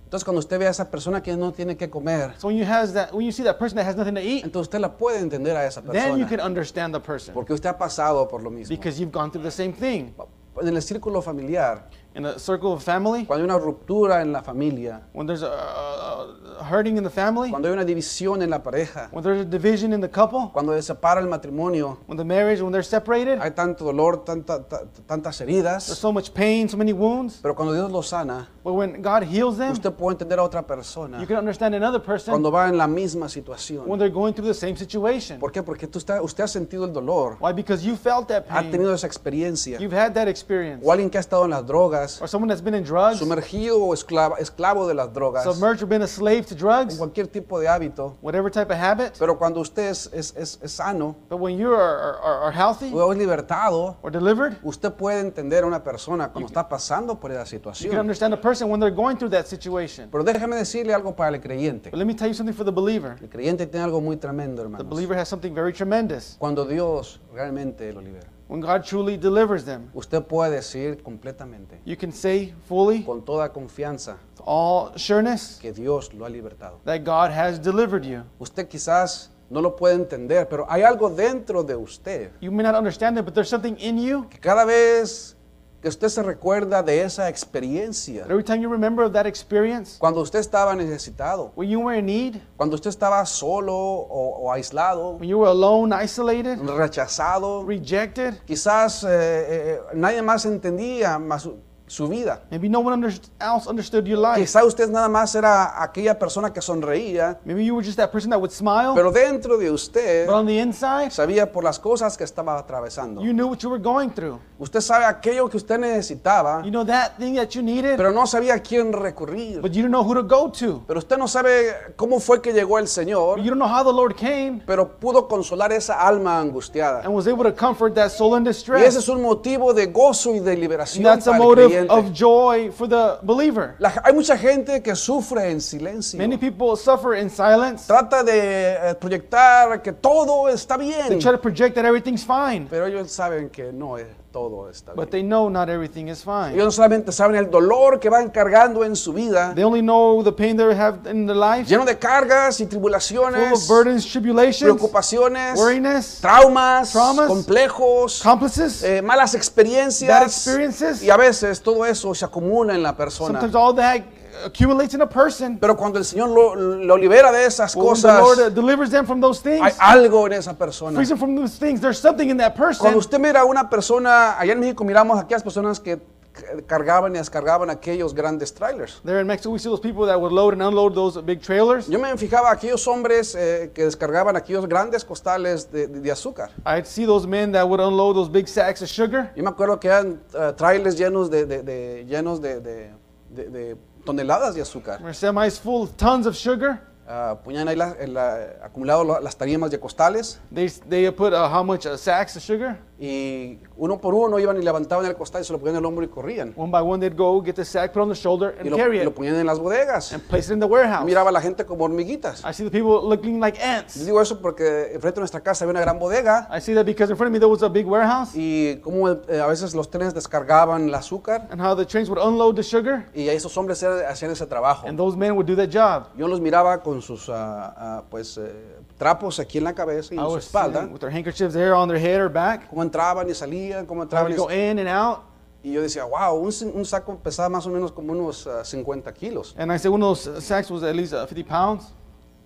[SPEAKER 1] Entonces cuando usted ve a esa persona que no tiene que comer,
[SPEAKER 2] So when you has that, when you see that person that has nothing to eat,
[SPEAKER 1] entonces usted la puede entender a esa
[SPEAKER 2] then you can
[SPEAKER 1] persona.
[SPEAKER 2] understand the person
[SPEAKER 1] Porque usted ha pasado por lo mismo.
[SPEAKER 2] because you've gone through the same thing.
[SPEAKER 1] En el círculo familiar,
[SPEAKER 2] In a circle of family,
[SPEAKER 1] cuando hay una ruptura en la familia,
[SPEAKER 2] when there's a, a, a hurting in the family,
[SPEAKER 1] cuando hay una división en la pareja,
[SPEAKER 2] when there's a division in the couple,
[SPEAKER 1] cuando se separa el matrimonio,
[SPEAKER 2] when the marriage, when they're separated,
[SPEAKER 1] hay tanto dolor, tanta- ta- tantas
[SPEAKER 2] there's
[SPEAKER 1] heridas,
[SPEAKER 2] so much pain, so many wounds.
[SPEAKER 1] pero cuando Dios lo sana,
[SPEAKER 2] But when God heals them,
[SPEAKER 1] usted puede entender a otra
[SPEAKER 2] you
[SPEAKER 1] persona
[SPEAKER 2] can understand another person
[SPEAKER 1] cuando va en la misma
[SPEAKER 2] when
[SPEAKER 1] situación.
[SPEAKER 2] they're going through the same situation.
[SPEAKER 1] ¿Por qué? Porque tú está- usted ha sentido el dolor,
[SPEAKER 2] Why? Because you felt that
[SPEAKER 1] ha
[SPEAKER 2] pain.
[SPEAKER 1] tenido esa experiencia.
[SPEAKER 2] You've had that experience.
[SPEAKER 1] O alguien que ha estado en las drogas,
[SPEAKER 2] Or someone that's been in drugs,
[SPEAKER 1] sumergido o esclava- esclavo de las drogas,
[SPEAKER 2] submerged or been a slave to
[SPEAKER 1] en
[SPEAKER 2] drugs,
[SPEAKER 1] cualquier tipo de hábito.
[SPEAKER 2] whatever type of habit.
[SPEAKER 1] Pero cuando usted es, es- es- es sano
[SPEAKER 2] But when you are, are, are- are healthy
[SPEAKER 1] o es libertado,
[SPEAKER 2] or delivered,
[SPEAKER 1] usted puede entender a una persona cuando está pasando por esa
[SPEAKER 2] you can
[SPEAKER 1] situación.
[SPEAKER 2] understand a person when they're going through that situation.
[SPEAKER 1] Pero déjame decirle algo para el creyente.
[SPEAKER 2] But let me tell you something for the believer.
[SPEAKER 1] El creyente tiene algo muy tremendo,
[SPEAKER 2] The
[SPEAKER 1] hermano.
[SPEAKER 2] believer has something very tremendous
[SPEAKER 1] Cuando Dios realmente lo libera.
[SPEAKER 2] when God truly delivers them.
[SPEAKER 1] Usted puede decir completamente,
[SPEAKER 2] You can say fully, with
[SPEAKER 1] con toda confianza,
[SPEAKER 2] all sureness,
[SPEAKER 1] que Dios lo ha libertado.
[SPEAKER 2] that God has delivered you.
[SPEAKER 1] Usted quizás no lo puede entender, pero hay algo dentro de usted
[SPEAKER 2] You may not understand it, but there's something in you
[SPEAKER 1] que cada vez que usted se recuerda de esa
[SPEAKER 2] that
[SPEAKER 1] experiencia,
[SPEAKER 2] every time you remember that experience,
[SPEAKER 1] cuando usted estaba necesitado,
[SPEAKER 2] when you were in need,
[SPEAKER 1] cuando usted estaba solo o, o aislado,
[SPEAKER 2] when you were alone, isolated,
[SPEAKER 1] rechazado,
[SPEAKER 2] rejected,
[SPEAKER 1] quizás eh, eh, nadie más entendía más su, su vida.
[SPEAKER 2] maybe no one under- else understood your life.
[SPEAKER 1] Quizás usted nada más era aquella persona que sonreía,
[SPEAKER 2] Maybe you were just that person that would smile,
[SPEAKER 1] pero dentro de usted
[SPEAKER 2] but on the inside,
[SPEAKER 1] sabía por las cosas que estaba atravesando.
[SPEAKER 2] you knew what you were going through.
[SPEAKER 1] Usted sabe aquello que usted necesitaba,
[SPEAKER 2] You know that thing that you needed,
[SPEAKER 1] pero no sabía a quién recurrir.
[SPEAKER 2] but you don't know who to go to.
[SPEAKER 1] Pero usted no sabe cómo fue que llegó el Señor,
[SPEAKER 2] You don't know how the Lord came
[SPEAKER 1] pero pudo consolar esa alma angustiada.
[SPEAKER 2] and was able to comfort that soul in
[SPEAKER 1] Y ese
[SPEAKER 2] distress.
[SPEAKER 1] es un motivo de gozo y de liberación
[SPEAKER 2] And that's a
[SPEAKER 1] para el
[SPEAKER 2] motive
[SPEAKER 1] creyente.
[SPEAKER 2] of joy for the believer.
[SPEAKER 1] La- hay mucha gente que sufre en silencio.
[SPEAKER 2] Many people suffer in silence.
[SPEAKER 1] Trata de eh, proyectar que todo está
[SPEAKER 2] They
[SPEAKER 1] bien,
[SPEAKER 2] try to project that everything's fine,
[SPEAKER 1] pero ellos saben que no es todo está bien.
[SPEAKER 2] but they know not everything is fine.
[SPEAKER 1] Ellos no solamente saben el dolor que van cargando en su vida,
[SPEAKER 2] They only know the pain they have in their life,
[SPEAKER 1] lleno de cargas y
[SPEAKER 2] full of
[SPEAKER 1] tribulaciones,
[SPEAKER 2] burdens, tribulations,
[SPEAKER 1] preocupaciones,
[SPEAKER 2] worriness,
[SPEAKER 1] traumas,
[SPEAKER 2] Traumas.
[SPEAKER 1] complejos,
[SPEAKER 2] accomplices,
[SPEAKER 1] eh, malas
[SPEAKER 2] bad
[SPEAKER 1] experiencias.
[SPEAKER 2] experiences.
[SPEAKER 1] Y a veces todo eso se acumula en la
[SPEAKER 2] Sometimes
[SPEAKER 1] persona.
[SPEAKER 2] all that accumulates in a person.
[SPEAKER 1] Pero cuando el Señor lo, lo libera de esas
[SPEAKER 2] But when the Lord uh,
[SPEAKER 1] cosas,
[SPEAKER 2] delivers them from those
[SPEAKER 1] hay
[SPEAKER 2] things,
[SPEAKER 1] algo en esa persona.
[SPEAKER 2] frees them from those things, there's something in that
[SPEAKER 1] Cuando
[SPEAKER 2] person.
[SPEAKER 1] usted mira a una persona, allá en México miramos a aquellas personas que c- cargaban y descargaban aquellos grandes trailers.
[SPEAKER 2] There in Mexico, we see those people that would load and unload those big trailers.
[SPEAKER 1] Yo me fijaba aquellos hombres eh, que descargaban aquellos grandes costales de, de- de azúcar.
[SPEAKER 2] I'd see those men that would unload those big sacks of sugar.
[SPEAKER 1] Yo me acuerdo que eran eh, trailers llenos de, de- de- llenos de, de- de- de toneladas de azúcar.
[SPEAKER 2] Their semis full of tons of sugar.
[SPEAKER 1] Ah, ponían ahí la- en la- acumulado lo- las tarimas de costales
[SPEAKER 2] They, they put uh, how much uh, sacks of sugar?
[SPEAKER 1] y uno por uno iban y levantaban el costal y se lo ponían en el hombro y corrían.
[SPEAKER 2] One by one, they'd go get the sack, put it on the shoulder,
[SPEAKER 1] Y
[SPEAKER 2] and
[SPEAKER 1] lo,
[SPEAKER 2] carry
[SPEAKER 1] y lo
[SPEAKER 2] it,
[SPEAKER 1] ponían en las bodegas.
[SPEAKER 2] and place it in the warehouse.
[SPEAKER 1] Miraba a la gente como hormiguitas.
[SPEAKER 2] I see the people looking like
[SPEAKER 1] Les
[SPEAKER 2] ants.
[SPEAKER 1] digo eso porque enfrente de nuestra casa había una gran bodega
[SPEAKER 2] I see that because in front of me there was a big warehouse,
[SPEAKER 1] y como a veces los trenes descargaban el azúcar
[SPEAKER 2] and how the trains would unload the sugar,
[SPEAKER 1] y esos hombres era- hacían ese trabajo.
[SPEAKER 2] and those men would do that job.
[SPEAKER 1] Yo los miraba con sus ah, ah, pues, eh, trapos aquí en la cabeza y
[SPEAKER 2] I
[SPEAKER 1] en su
[SPEAKER 2] was seeing
[SPEAKER 1] espalda,
[SPEAKER 2] them with their handkerchiefs there on their head or back.
[SPEAKER 1] cómo entraban y salían, cómo
[SPEAKER 2] They
[SPEAKER 1] entraban
[SPEAKER 2] would
[SPEAKER 1] y
[SPEAKER 2] go in and out,
[SPEAKER 1] Y yo decía, wow, un, sin- un saco pesaba más o menos como unos ah, 50 kilos.
[SPEAKER 2] and I said one of those uh, sacks was at least uh, 50 pounds,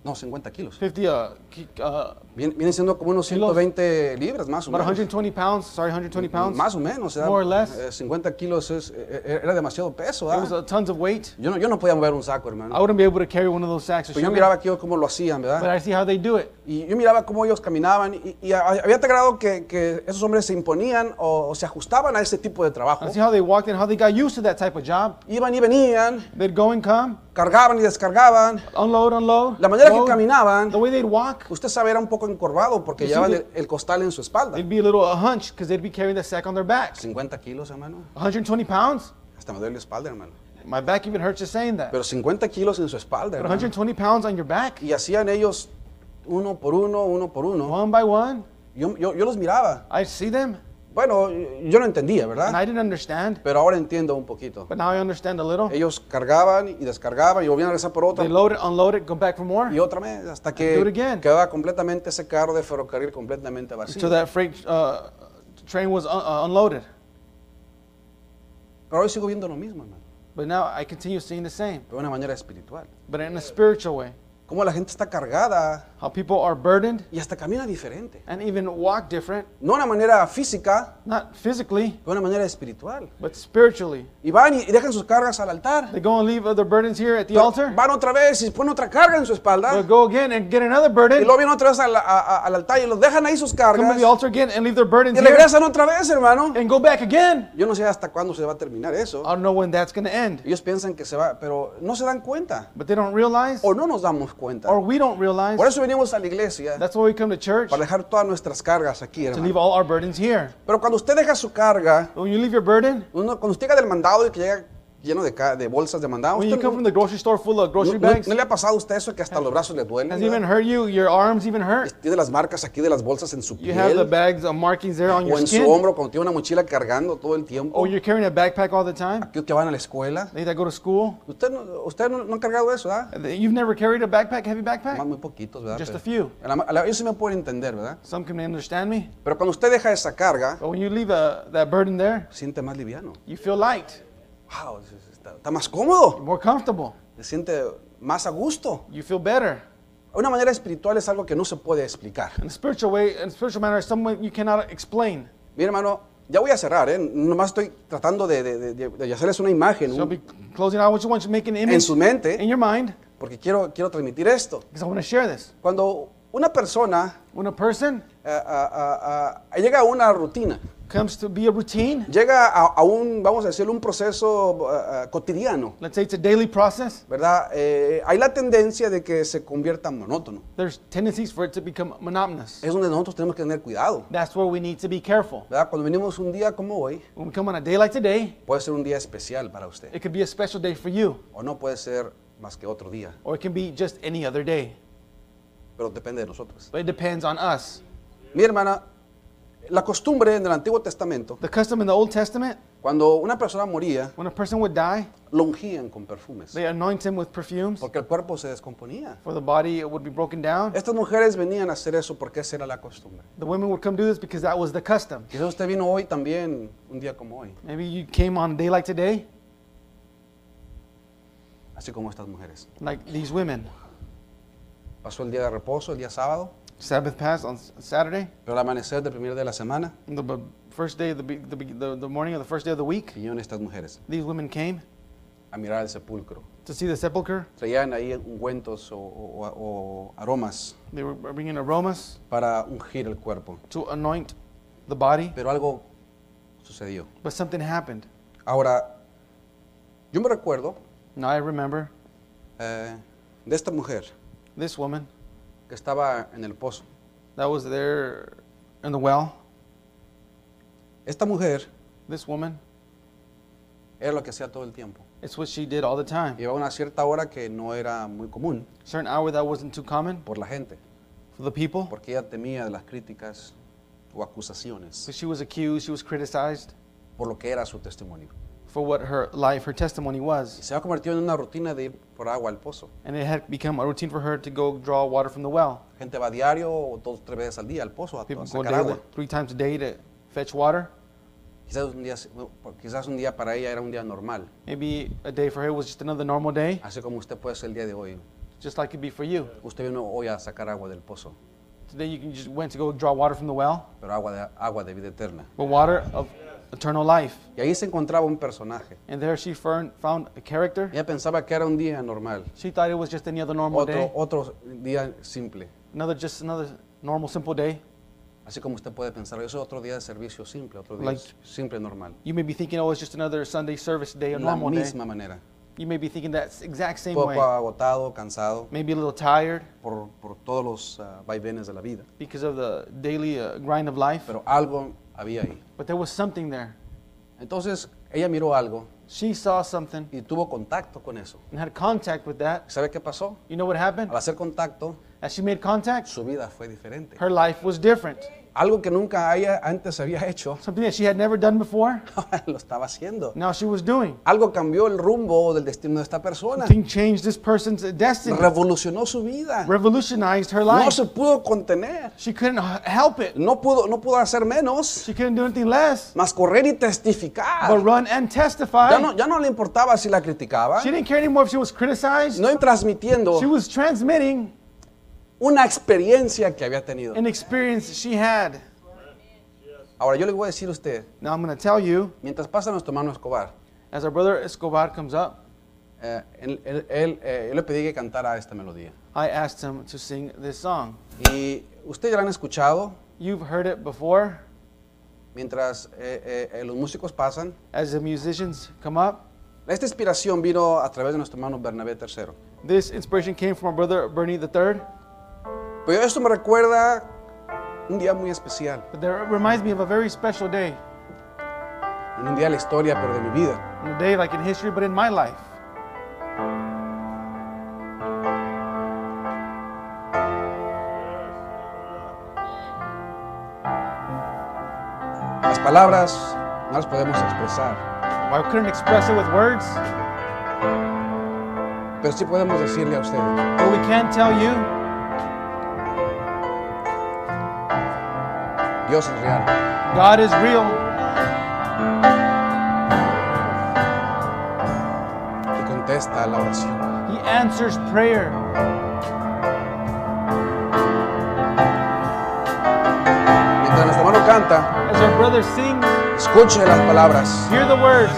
[SPEAKER 1] No, 50 kilos.
[SPEAKER 2] 50, uh, ki- uh,
[SPEAKER 1] Viene, viene siendo como unos
[SPEAKER 2] Kilos.
[SPEAKER 1] 120 libras más o
[SPEAKER 2] about
[SPEAKER 1] menos.
[SPEAKER 2] 120 pounds. Sorry, 120 pounds.
[SPEAKER 1] Más o menos. era-
[SPEAKER 2] More or less.
[SPEAKER 1] eh, 50 kilos es- eh, eh, era demasiado peso.
[SPEAKER 2] It
[SPEAKER 1] ¿verdad?
[SPEAKER 2] was uh, tons of weight.
[SPEAKER 1] Yo no, yo no podía mover un saco, hermano.
[SPEAKER 2] I wouldn't be able to carry one of those sacks of
[SPEAKER 1] Pero yo
[SPEAKER 2] sugar,
[SPEAKER 1] miraba aquí cómo lo hacían,
[SPEAKER 2] but
[SPEAKER 1] ¿verdad?
[SPEAKER 2] I see how they do it.
[SPEAKER 1] Y yo miraba cómo ellos caminaban y, y a- había integrado que, que esos hombres se imponían o, o se ajustaban a ese tipo de trabajo.
[SPEAKER 2] I see how they walked and how they got used to that type of job.
[SPEAKER 1] Iban y venían,
[SPEAKER 2] They'd go and come,
[SPEAKER 1] cargaban y descargaban.
[SPEAKER 2] unload, unload.
[SPEAKER 1] La manera
[SPEAKER 2] load.
[SPEAKER 1] que caminaban,
[SPEAKER 2] The way they'd walk,
[SPEAKER 1] usted sabe, era un poco encorvado porque
[SPEAKER 2] You see
[SPEAKER 1] llevaban
[SPEAKER 2] the-
[SPEAKER 1] el, el costal en su espalda.
[SPEAKER 2] they'd be a little a hunch because they'd be carrying the sack on their back.
[SPEAKER 1] 50 kilos, hermano.
[SPEAKER 2] 120 pounds?
[SPEAKER 1] Hasta me duele la espalda, hermano.
[SPEAKER 2] My back even hurts just saying that.
[SPEAKER 1] Pero 50 kilos en su espalda,
[SPEAKER 2] But
[SPEAKER 1] hermano.
[SPEAKER 2] 120 pounds on your back,
[SPEAKER 1] Y hacían ellos uno por uno, uno por uno.
[SPEAKER 2] one by one,
[SPEAKER 1] Yo, yo, yo los miraba.
[SPEAKER 2] I see them
[SPEAKER 1] Bueno, yo no entendía,
[SPEAKER 2] and
[SPEAKER 1] ¿verdad?
[SPEAKER 2] I didn't understand,
[SPEAKER 1] Pero ahora entiendo un poquito.
[SPEAKER 2] but now I understand a little.
[SPEAKER 1] Ellos cargaban y descargaban y volvían a regresar por otra.
[SPEAKER 2] They load it, unload it, go back for more
[SPEAKER 1] y otra vez hasta
[SPEAKER 2] do it
[SPEAKER 1] que
[SPEAKER 2] again.
[SPEAKER 1] quedaba completamente ese carro de ferrocarril completamente vacío.
[SPEAKER 2] until that freight uh, train was un- uh, unloaded.
[SPEAKER 1] Pero hoy sigo viendo lo mismo, hermano,
[SPEAKER 2] But now I continue seeing the same,
[SPEAKER 1] pero de una manera espiritual.
[SPEAKER 2] but in a spiritual way.
[SPEAKER 1] Cómo la gente está cargada
[SPEAKER 2] How people are burdened
[SPEAKER 1] y hasta camina diferente.
[SPEAKER 2] and even walk different,
[SPEAKER 1] No de una manera física,
[SPEAKER 2] not physically,
[SPEAKER 1] de una manera espiritual.
[SPEAKER 2] but spiritually.
[SPEAKER 1] Y van y y dejan sus cargas al altar.
[SPEAKER 2] They go and leave other burdens here at the
[SPEAKER 1] Pero
[SPEAKER 2] altar.
[SPEAKER 1] Van otra vez y ponen otra carga en su
[SPEAKER 2] They'll
[SPEAKER 1] espalda.
[SPEAKER 2] go again and get another
[SPEAKER 1] Y
[SPEAKER 2] burden.
[SPEAKER 1] luego vienen otra vez al, a- a- al altar y los dejan ahí sus
[SPEAKER 2] Come
[SPEAKER 1] cargas.
[SPEAKER 2] to the altar again and leave their burdens
[SPEAKER 1] Y
[SPEAKER 2] here
[SPEAKER 1] regresan otra vez, hermano.
[SPEAKER 2] and go back again.
[SPEAKER 1] Yo no sé hasta cuándo se va a terminar
[SPEAKER 2] I
[SPEAKER 1] eso.
[SPEAKER 2] don't know when that's going to end.
[SPEAKER 1] Ellos piensan que se va, pero no se dan cuenta.
[SPEAKER 2] But they don't realize,
[SPEAKER 1] O no nos damos cuenta.
[SPEAKER 2] or we don't realize.
[SPEAKER 1] Por eso venimos a la iglesia,
[SPEAKER 2] That's why we come to church
[SPEAKER 1] para
[SPEAKER 2] to
[SPEAKER 1] dejar todas nuestras cargas aquí, hermano.
[SPEAKER 2] leave all our burdens here.
[SPEAKER 1] Pero cuando usted deja su carga,
[SPEAKER 2] When you leave your burden,
[SPEAKER 1] uno, cuando usted llega del mandado y que llega, lleno de, ca- de bolsas de mandado.
[SPEAKER 2] When you
[SPEAKER 1] ¿Usted no,
[SPEAKER 2] come from the grocery store full of grocery
[SPEAKER 1] no- no-
[SPEAKER 2] bags,
[SPEAKER 1] no le ha pasado a usted eso que hasta los brazos le duelen?
[SPEAKER 2] has
[SPEAKER 1] verdad?
[SPEAKER 2] even hurt you, your arms even hurt.
[SPEAKER 1] Tiene las marcas aquí de las bolsas en su
[SPEAKER 2] You have the
[SPEAKER 1] piel
[SPEAKER 2] bags of markings there on
[SPEAKER 1] o
[SPEAKER 2] your
[SPEAKER 1] en su
[SPEAKER 2] skin.
[SPEAKER 1] hombro cuando tiene una mochila cargando todo el tiempo.
[SPEAKER 2] Oh, you're carrying a backpack all the time?
[SPEAKER 1] Aquellos que van a la escuela.
[SPEAKER 2] They that go to school?
[SPEAKER 1] Usted no, usted no, no ha cargado eso, ¿verdad?
[SPEAKER 2] You've never carried a backpack, heavy
[SPEAKER 1] Más
[SPEAKER 2] backpack?
[SPEAKER 1] muy poquitos, ¿verdad?
[SPEAKER 2] Eh, Just a
[SPEAKER 1] Pero-
[SPEAKER 2] few.
[SPEAKER 1] a la- a la- ellos sí me pueden entender, ¿verdad?
[SPEAKER 2] Some can understand me.
[SPEAKER 1] Pero cuando usted deja esa carga,
[SPEAKER 2] But when you leave uh that burden there,
[SPEAKER 1] siente más liviano.
[SPEAKER 2] you feel light,
[SPEAKER 1] Wow, es- es- está, está más cómodo.
[SPEAKER 2] more comfortable,
[SPEAKER 1] Se siente más a gusto.
[SPEAKER 2] you feel better.
[SPEAKER 1] Una manera espiritual es algo que no se puede explicar.
[SPEAKER 2] In a spiritual way, in a spiritual manner, some way you cannot explain.
[SPEAKER 1] Mi hermano, ya voy a cerrar, ¿eh? Nomás estoy tratando de, de- de- de hacerles una imagen
[SPEAKER 2] So I'll
[SPEAKER 1] un-
[SPEAKER 2] be closing out. I just want you to make an
[SPEAKER 1] en
[SPEAKER 2] image
[SPEAKER 1] su
[SPEAKER 2] in
[SPEAKER 1] mente,
[SPEAKER 2] your mind
[SPEAKER 1] porque quiero, quiero transmitir esto.
[SPEAKER 2] because I want to share this.
[SPEAKER 1] Cuando una persona
[SPEAKER 2] When a person
[SPEAKER 1] eh, ah, ah, ah, llega a una rutina,
[SPEAKER 2] comes to be a routine,
[SPEAKER 1] llega a, a un, vamos a decirlo, un proceso ah, ah, cotidiano,
[SPEAKER 2] let's say it's a daily process,
[SPEAKER 1] ¿verdad? Eh, hay la tendencia de que se convierta en monótono.
[SPEAKER 2] there's tendencies for it to become monotonous.
[SPEAKER 1] Es donde nosotros tenemos que tener cuidado,
[SPEAKER 2] That's where we need to be careful.
[SPEAKER 1] ¿verdad? Cuando venimos un día como hoy,
[SPEAKER 2] When we come on a day like today,
[SPEAKER 1] puede ser un día especial para usted,
[SPEAKER 2] it could be a special day for you,
[SPEAKER 1] o no puede ser más que otro día,
[SPEAKER 2] or it can be just any other day.
[SPEAKER 1] pero depende de nosotros.
[SPEAKER 2] But it depends on us.
[SPEAKER 1] Mi hermana, la costumbre en el Antiguo Testamento,
[SPEAKER 2] The custom in the Old Testament,
[SPEAKER 1] cuando una persona moría,
[SPEAKER 2] when a person would die,
[SPEAKER 1] lo ungían con perfumes,
[SPEAKER 2] they anoint him with perfumes,
[SPEAKER 1] porque el cuerpo se descomponía.
[SPEAKER 2] for the body would be broken down.
[SPEAKER 1] Estas mujeres venían a hacer eso porque esa era la costumbre.
[SPEAKER 2] The women would come do this because that was the custom.
[SPEAKER 1] Quizás usted vino hoy también, un día como hoy,
[SPEAKER 2] Maybe you came on a day like today,
[SPEAKER 1] así como estas mujeres.
[SPEAKER 2] like these women.
[SPEAKER 1] Pasó el día de reposo, el día sábado,
[SPEAKER 2] Sabbath passed on S- Saturday,
[SPEAKER 1] pero al amanecer del primer día de la semana,
[SPEAKER 2] the b- first day of the, be- the, be- the, the morning of the first day of the week.
[SPEAKER 1] vinieron estas mujeres
[SPEAKER 2] These women came
[SPEAKER 1] a mirar el sepulcro.
[SPEAKER 2] to see the sepulcher.
[SPEAKER 1] Traían ahí ungüentos o, o- o aromas
[SPEAKER 2] They were bringing aromas
[SPEAKER 1] para ungir el cuerpo,
[SPEAKER 2] to anoint the body,
[SPEAKER 1] pero algo sucedió.
[SPEAKER 2] but something happened.
[SPEAKER 1] Ahora, yo me recuerdo
[SPEAKER 2] Now I remember
[SPEAKER 1] eh, de esta mujer
[SPEAKER 2] this woman
[SPEAKER 1] que estaba en el pozo.
[SPEAKER 2] that was there in the well.
[SPEAKER 1] Esta mujer
[SPEAKER 2] This woman,
[SPEAKER 1] era lo que hacía todo el tiempo.
[SPEAKER 2] it's what she did all the time.
[SPEAKER 1] Llevaba una cierta hora que no era muy común
[SPEAKER 2] Certain hour that wasn't too common
[SPEAKER 1] por la gente,
[SPEAKER 2] for the people.
[SPEAKER 1] porque ella temía de las críticas o acusaciones
[SPEAKER 2] So she was accused, she was criticized
[SPEAKER 1] por lo que era su testimonio.
[SPEAKER 2] for what her life, her testimony
[SPEAKER 1] Y
[SPEAKER 2] was.
[SPEAKER 1] se ha convertido en una rutina de ir por agua al pozo.
[SPEAKER 2] And it had become a routine for her to go draw water from the well.
[SPEAKER 1] Gente va diario o dos tres veces al día al pozo a, a
[SPEAKER 2] People go
[SPEAKER 1] sacar
[SPEAKER 2] daily,
[SPEAKER 1] agua.
[SPEAKER 2] three times a day to fetch water.
[SPEAKER 1] Quizás un, día, quizás un día para ella era un día normal,
[SPEAKER 2] Maybe a day for her was just another normal day,
[SPEAKER 1] así como usted puede ser el día de hoy.
[SPEAKER 2] just like it'd be for you.
[SPEAKER 1] Usted vino hoy a sacar agua del pozo,
[SPEAKER 2] Today you can just went to go draw water from the well,
[SPEAKER 1] pero agua de, agua de vida eterna.
[SPEAKER 2] but water of eternal life.
[SPEAKER 1] Y ahí se encontraba un personaje.
[SPEAKER 2] And there she fern- found a character.
[SPEAKER 1] Ella pensaba que era un día normal,
[SPEAKER 2] She thought it was just any other normal
[SPEAKER 1] otro,
[SPEAKER 2] day,
[SPEAKER 1] otro día simple,
[SPEAKER 2] another just another normal simple day.
[SPEAKER 1] así como usted puede pensar, eso es otro día de servicio simple, otro día
[SPEAKER 2] Like-
[SPEAKER 1] s- simple normal.
[SPEAKER 2] You may be thinking, oh, it's just another Sunday service day, a
[SPEAKER 1] De la
[SPEAKER 2] normal day.
[SPEAKER 1] misma manera,
[SPEAKER 2] You may be thinking that s- exact same
[SPEAKER 1] poco
[SPEAKER 2] way.
[SPEAKER 1] agotado, cansado
[SPEAKER 2] Maybe a little tired
[SPEAKER 1] por, por todos los ah, vaivenes de la vida,
[SPEAKER 2] because of the daily uh, grind of life,
[SPEAKER 1] pero algo había ahí.
[SPEAKER 2] but there was something there.
[SPEAKER 1] Entonces ella miró algo
[SPEAKER 2] She saw something
[SPEAKER 1] y tuvo contacto con eso.
[SPEAKER 2] and had contact with that.
[SPEAKER 1] ¿Sabe qué pasó?
[SPEAKER 2] You know what happened?
[SPEAKER 1] Al hacer contacto,
[SPEAKER 2] As she made contact,
[SPEAKER 1] su vida fue diferente.
[SPEAKER 2] her life was different.
[SPEAKER 1] Algo que nunca haya, antes había hecho,
[SPEAKER 2] Something that she had never done before,
[SPEAKER 1] ahora lo estaba haciendo.
[SPEAKER 2] now she was doing.
[SPEAKER 1] Algo cambió el rumbo del destino de esta persona.
[SPEAKER 2] Something changed this person's destiny,
[SPEAKER 1] Revolucionó su vida.
[SPEAKER 2] revolutionized her
[SPEAKER 1] No
[SPEAKER 2] life.
[SPEAKER 1] se pudo contener.
[SPEAKER 2] She couldn't h- help it.
[SPEAKER 1] No pudo, no pudo hacer menos,
[SPEAKER 2] She couldn't do anything less
[SPEAKER 1] más correr y
[SPEAKER 2] but
[SPEAKER 1] testificar.
[SPEAKER 2] run and
[SPEAKER 1] Ya
[SPEAKER 2] testify.
[SPEAKER 1] no, ya no le importaba si la criticaban.
[SPEAKER 2] She didn't care anymore if she was criticized.
[SPEAKER 1] No transmitiendo
[SPEAKER 2] She was transmitting
[SPEAKER 1] una experiencia que había tenido.
[SPEAKER 2] an experience she had.
[SPEAKER 1] Ahora yo le voy a decir a usted,
[SPEAKER 2] Now I'm going to tell you,
[SPEAKER 1] mientras pasa nuestro hermano Escobar,
[SPEAKER 2] as our brother Escobar comes up,
[SPEAKER 1] eh, él, él- él, eh, yo le pedí que cantara esta melodía.
[SPEAKER 2] I asked him to sing this song.
[SPEAKER 1] Y ustedes ya la han escuchado,
[SPEAKER 2] You've heard it before
[SPEAKER 1] mientras eh, eh, eh, los músicos pasan.
[SPEAKER 2] as the musicians come up.
[SPEAKER 1] Esta inspiración vino a través de nuestro hermano Bernabé III.
[SPEAKER 2] This inspiration came from our brother Bernie III,
[SPEAKER 1] Pero esto me recuerda un día muy especial,
[SPEAKER 2] but that reminds me of a very special day
[SPEAKER 1] en un día de la historia, pero de mi vida.
[SPEAKER 2] in a day like in history, but in my life.
[SPEAKER 1] Las palabras no las podemos expresar,
[SPEAKER 2] I couldn't express it with words,
[SPEAKER 1] pero sí podemos decirle a usted,
[SPEAKER 2] but we can tell you
[SPEAKER 1] Dios es real.
[SPEAKER 2] God is real.
[SPEAKER 1] Y contesta a la oración.
[SPEAKER 2] He answers prayer.
[SPEAKER 1] Mientras nuestro hermano canta,
[SPEAKER 2] As our brother sings,
[SPEAKER 1] escuche las palabras.
[SPEAKER 2] hear the words.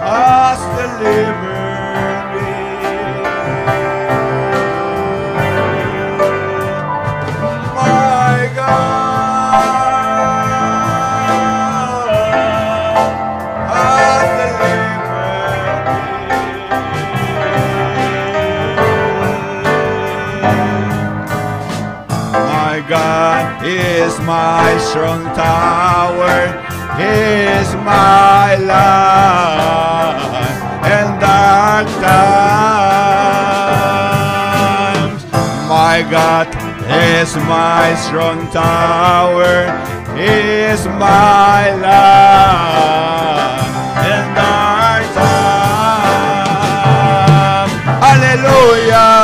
[SPEAKER 3] Has delivered me, my God. Has delivered me. My God is my strong tower, He is my light and dark times. My God is my strong tower, He is my light and dark times. Hallelujah,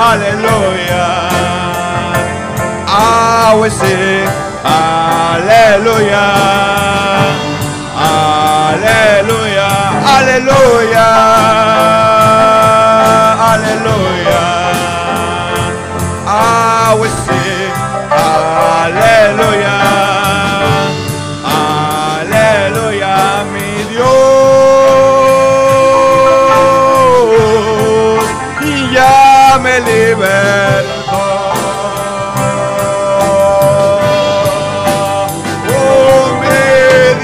[SPEAKER 3] hallelujah. I will sing hallelujah, hallelujah, hallelujah, hallelujah. I will sing hallelujah, hallelujah, mi Dios y ya me libertó. Oh, mi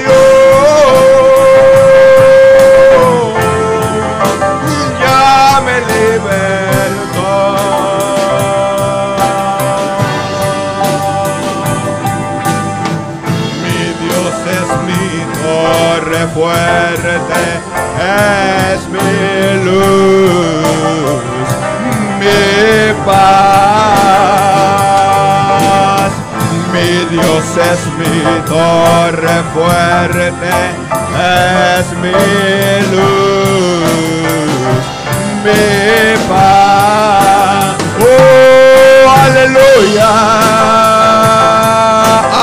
[SPEAKER 3] Dios, ya me libertó. Mi Dios es mi torre fuerte, es mi luz, mi paz. Mi Dios es mi torre fuerte, es mi luz, mi paz. Oh, aleluya,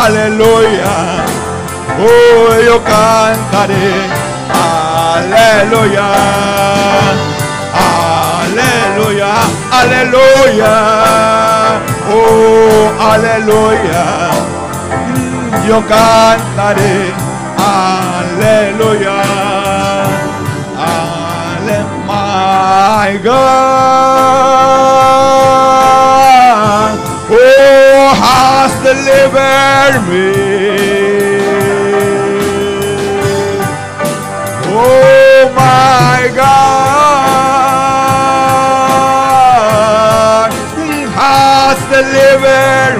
[SPEAKER 3] aleluya. Oh, yo cantaré, aleluya, aleluya, aleluya. Oh, aleluya. Mm, Yo cantaré, aleluya. Ale, my God, who has delivered me. Oh my God has delivered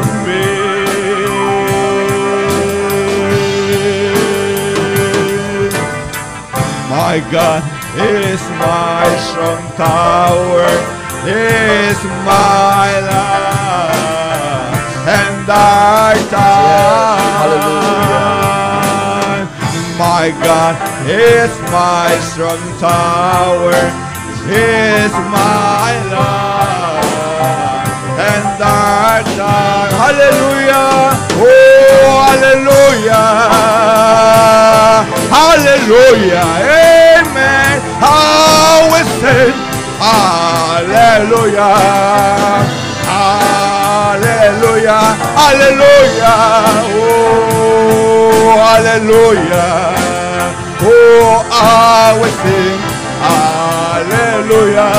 [SPEAKER 3] me. My God is my strong tower, is my life, and I die. My God is my strong tower, is my life, and I die. Hallelujah! Oh, hallelujah! Hallelujah! Amen. I will sing Hallelujah. Hallelujah. Hallelujah. Oh, hallelujah. Oh, I will sing Hallelujah.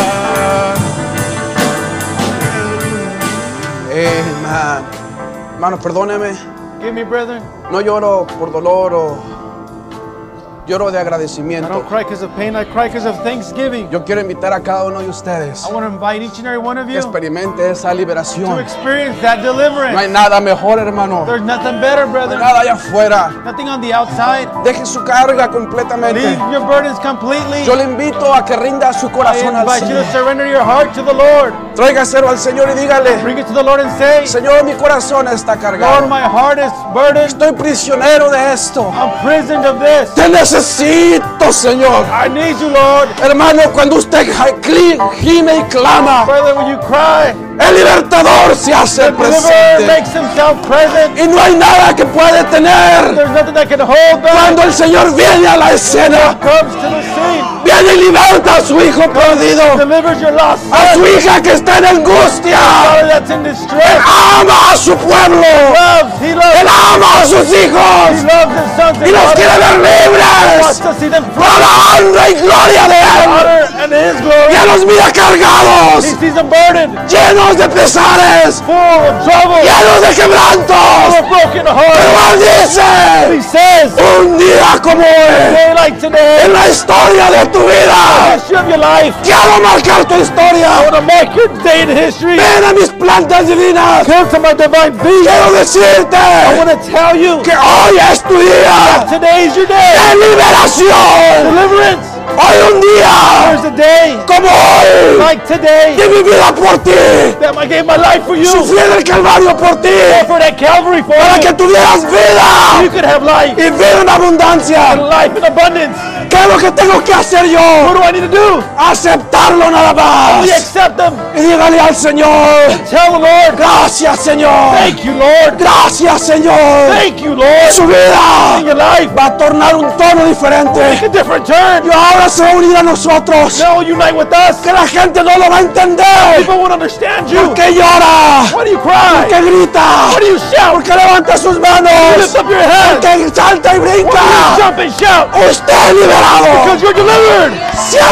[SPEAKER 1] Amén. Hermano, Eh, perdóneme.
[SPEAKER 2] Give me, brethren.
[SPEAKER 1] No lloro por dolor o lloro de
[SPEAKER 2] I
[SPEAKER 1] agradecimiento.
[SPEAKER 2] don't cry because of pain, I cry because of thanksgiving.
[SPEAKER 1] Yo quiero invitar a cada uno de ustedes
[SPEAKER 2] I want to invite each and every one of
[SPEAKER 1] que
[SPEAKER 2] you to
[SPEAKER 1] experimente esa liberación.
[SPEAKER 2] experience that
[SPEAKER 1] No hay
[SPEAKER 2] deliverance.
[SPEAKER 1] nada mejor, hermano.
[SPEAKER 2] There's nothing better,
[SPEAKER 1] No hay
[SPEAKER 2] brother.
[SPEAKER 1] nada allá afuera.
[SPEAKER 2] Nothing on the outside.
[SPEAKER 1] Deje su carga
[SPEAKER 2] Leave
[SPEAKER 1] completamente.
[SPEAKER 2] your burdens completely.
[SPEAKER 1] Yo le invito a que rinda su
[SPEAKER 2] I
[SPEAKER 1] corazón al
[SPEAKER 2] invite you
[SPEAKER 1] Señor.
[SPEAKER 2] to surrender your heart to the Lord.
[SPEAKER 1] Tráigaselo al Señor y dígale,
[SPEAKER 2] Bring it to the Lord and say,
[SPEAKER 1] Señor, mi corazón está
[SPEAKER 2] Lord,
[SPEAKER 1] cargado.
[SPEAKER 2] my heart is burdened.
[SPEAKER 1] Estoy prisionero de esto.
[SPEAKER 2] I'm prisoned of this.
[SPEAKER 1] Te necesito, Señor.
[SPEAKER 2] I need you, Lord.
[SPEAKER 1] Hermano, cuando usted cli- gime y clama,
[SPEAKER 2] Brother, when you cry,
[SPEAKER 1] el libertador se hace
[SPEAKER 2] the deliverer
[SPEAKER 1] presente.
[SPEAKER 2] makes himself present.
[SPEAKER 1] Y no hay nada que puede tener.
[SPEAKER 2] There's nothing that can hold back.
[SPEAKER 1] Cuando el Señor viene a la escena,
[SPEAKER 2] Comes to the scene,
[SPEAKER 1] viene y liberta a su hijo perdido,
[SPEAKER 2] delivers your lost
[SPEAKER 1] a
[SPEAKER 2] son.
[SPEAKER 1] su hija que está en angustia.
[SPEAKER 2] Father, that's in
[SPEAKER 1] Él
[SPEAKER 2] distress.
[SPEAKER 1] ama a su pueblo,
[SPEAKER 2] Loves, he
[SPEAKER 1] él
[SPEAKER 2] loves,
[SPEAKER 1] ama a sus
[SPEAKER 2] he
[SPEAKER 1] hijos
[SPEAKER 2] loves his sons
[SPEAKER 1] y
[SPEAKER 2] and
[SPEAKER 1] los quiere
[SPEAKER 2] daughters.
[SPEAKER 1] ver
[SPEAKER 2] He
[SPEAKER 1] libres
[SPEAKER 2] wants to see them
[SPEAKER 1] para la honra y gloria de Él.
[SPEAKER 2] honor and his glory.
[SPEAKER 1] Ya los mira
[SPEAKER 2] He
[SPEAKER 1] cargados,
[SPEAKER 2] sees them burdened,
[SPEAKER 1] llenos de pesares,
[SPEAKER 2] full of trouble,
[SPEAKER 1] llenos de
[SPEAKER 2] full
[SPEAKER 1] quebrantos.
[SPEAKER 2] of broken
[SPEAKER 1] Pero
[SPEAKER 2] hearts.
[SPEAKER 1] él
[SPEAKER 2] He
[SPEAKER 1] dice,
[SPEAKER 2] says,
[SPEAKER 1] un día como hoy,
[SPEAKER 2] day like today,
[SPEAKER 1] en la historia de tu vida,
[SPEAKER 2] history of your life,
[SPEAKER 1] Quiero marcar tu
[SPEAKER 2] I
[SPEAKER 1] historia.
[SPEAKER 2] want to mark your day in history.
[SPEAKER 1] Ven a mis plantas divinas.
[SPEAKER 2] Come to my divine being.
[SPEAKER 1] Quiero
[SPEAKER 2] I
[SPEAKER 1] decirte
[SPEAKER 2] want to tell you,
[SPEAKER 1] que hoy es tu día
[SPEAKER 2] today is your day.
[SPEAKER 1] de liberación.
[SPEAKER 2] Deliverance.
[SPEAKER 1] Hoy un día
[SPEAKER 2] There's a day
[SPEAKER 1] como hoy
[SPEAKER 2] like today
[SPEAKER 1] que mi vida por ti.
[SPEAKER 2] that I gave my life for you.
[SPEAKER 1] Sufrí en el Calvario por ti.
[SPEAKER 2] Offered at Calvary for
[SPEAKER 1] Para que
[SPEAKER 2] you.
[SPEAKER 1] tuvieras
[SPEAKER 2] You
[SPEAKER 1] vida
[SPEAKER 2] could have life
[SPEAKER 1] y vida en
[SPEAKER 2] and
[SPEAKER 1] abundancia.
[SPEAKER 2] life in abundance.
[SPEAKER 1] ¿Qué es lo que tengo que hacer
[SPEAKER 2] What
[SPEAKER 1] yo?
[SPEAKER 2] do I need to do?
[SPEAKER 1] Aceptarlo nada
[SPEAKER 2] We
[SPEAKER 1] más.
[SPEAKER 2] accept them.
[SPEAKER 1] Y dígale al Señor,
[SPEAKER 2] Tell the Lord,
[SPEAKER 1] gracias Señor.
[SPEAKER 2] thank you, Lord.
[SPEAKER 1] Gracias Señor.
[SPEAKER 2] Thank you, Lord.
[SPEAKER 1] Su vida
[SPEAKER 2] In your life,
[SPEAKER 1] va a tornar un tono
[SPEAKER 2] take
[SPEAKER 1] diferente.
[SPEAKER 2] a different turn.
[SPEAKER 1] Y ahora se va a unir a nosotros.
[SPEAKER 2] Now unite with us.
[SPEAKER 1] Que la gente no lo va a entender.
[SPEAKER 2] People won't understand you.
[SPEAKER 1] Porque llora.
[SPEAKER 2] Why do you cry?
[SPEAKER 1] Porque grita.
[SPEAKER 2] Why do you shout?
[SPEAKER 1] Porque levanta sus manos.
[SPEAKER 2] Lift up your hands.
[SPEAKER 1] Porque salta y
[SPEAKER 2] Why do you
[SPEAKER 1] brinca.
[SPEAKER 2] jump and shout?
[SPEAKER 1] Usted es liberado.
[SPEAKER 2] Because you're delivered.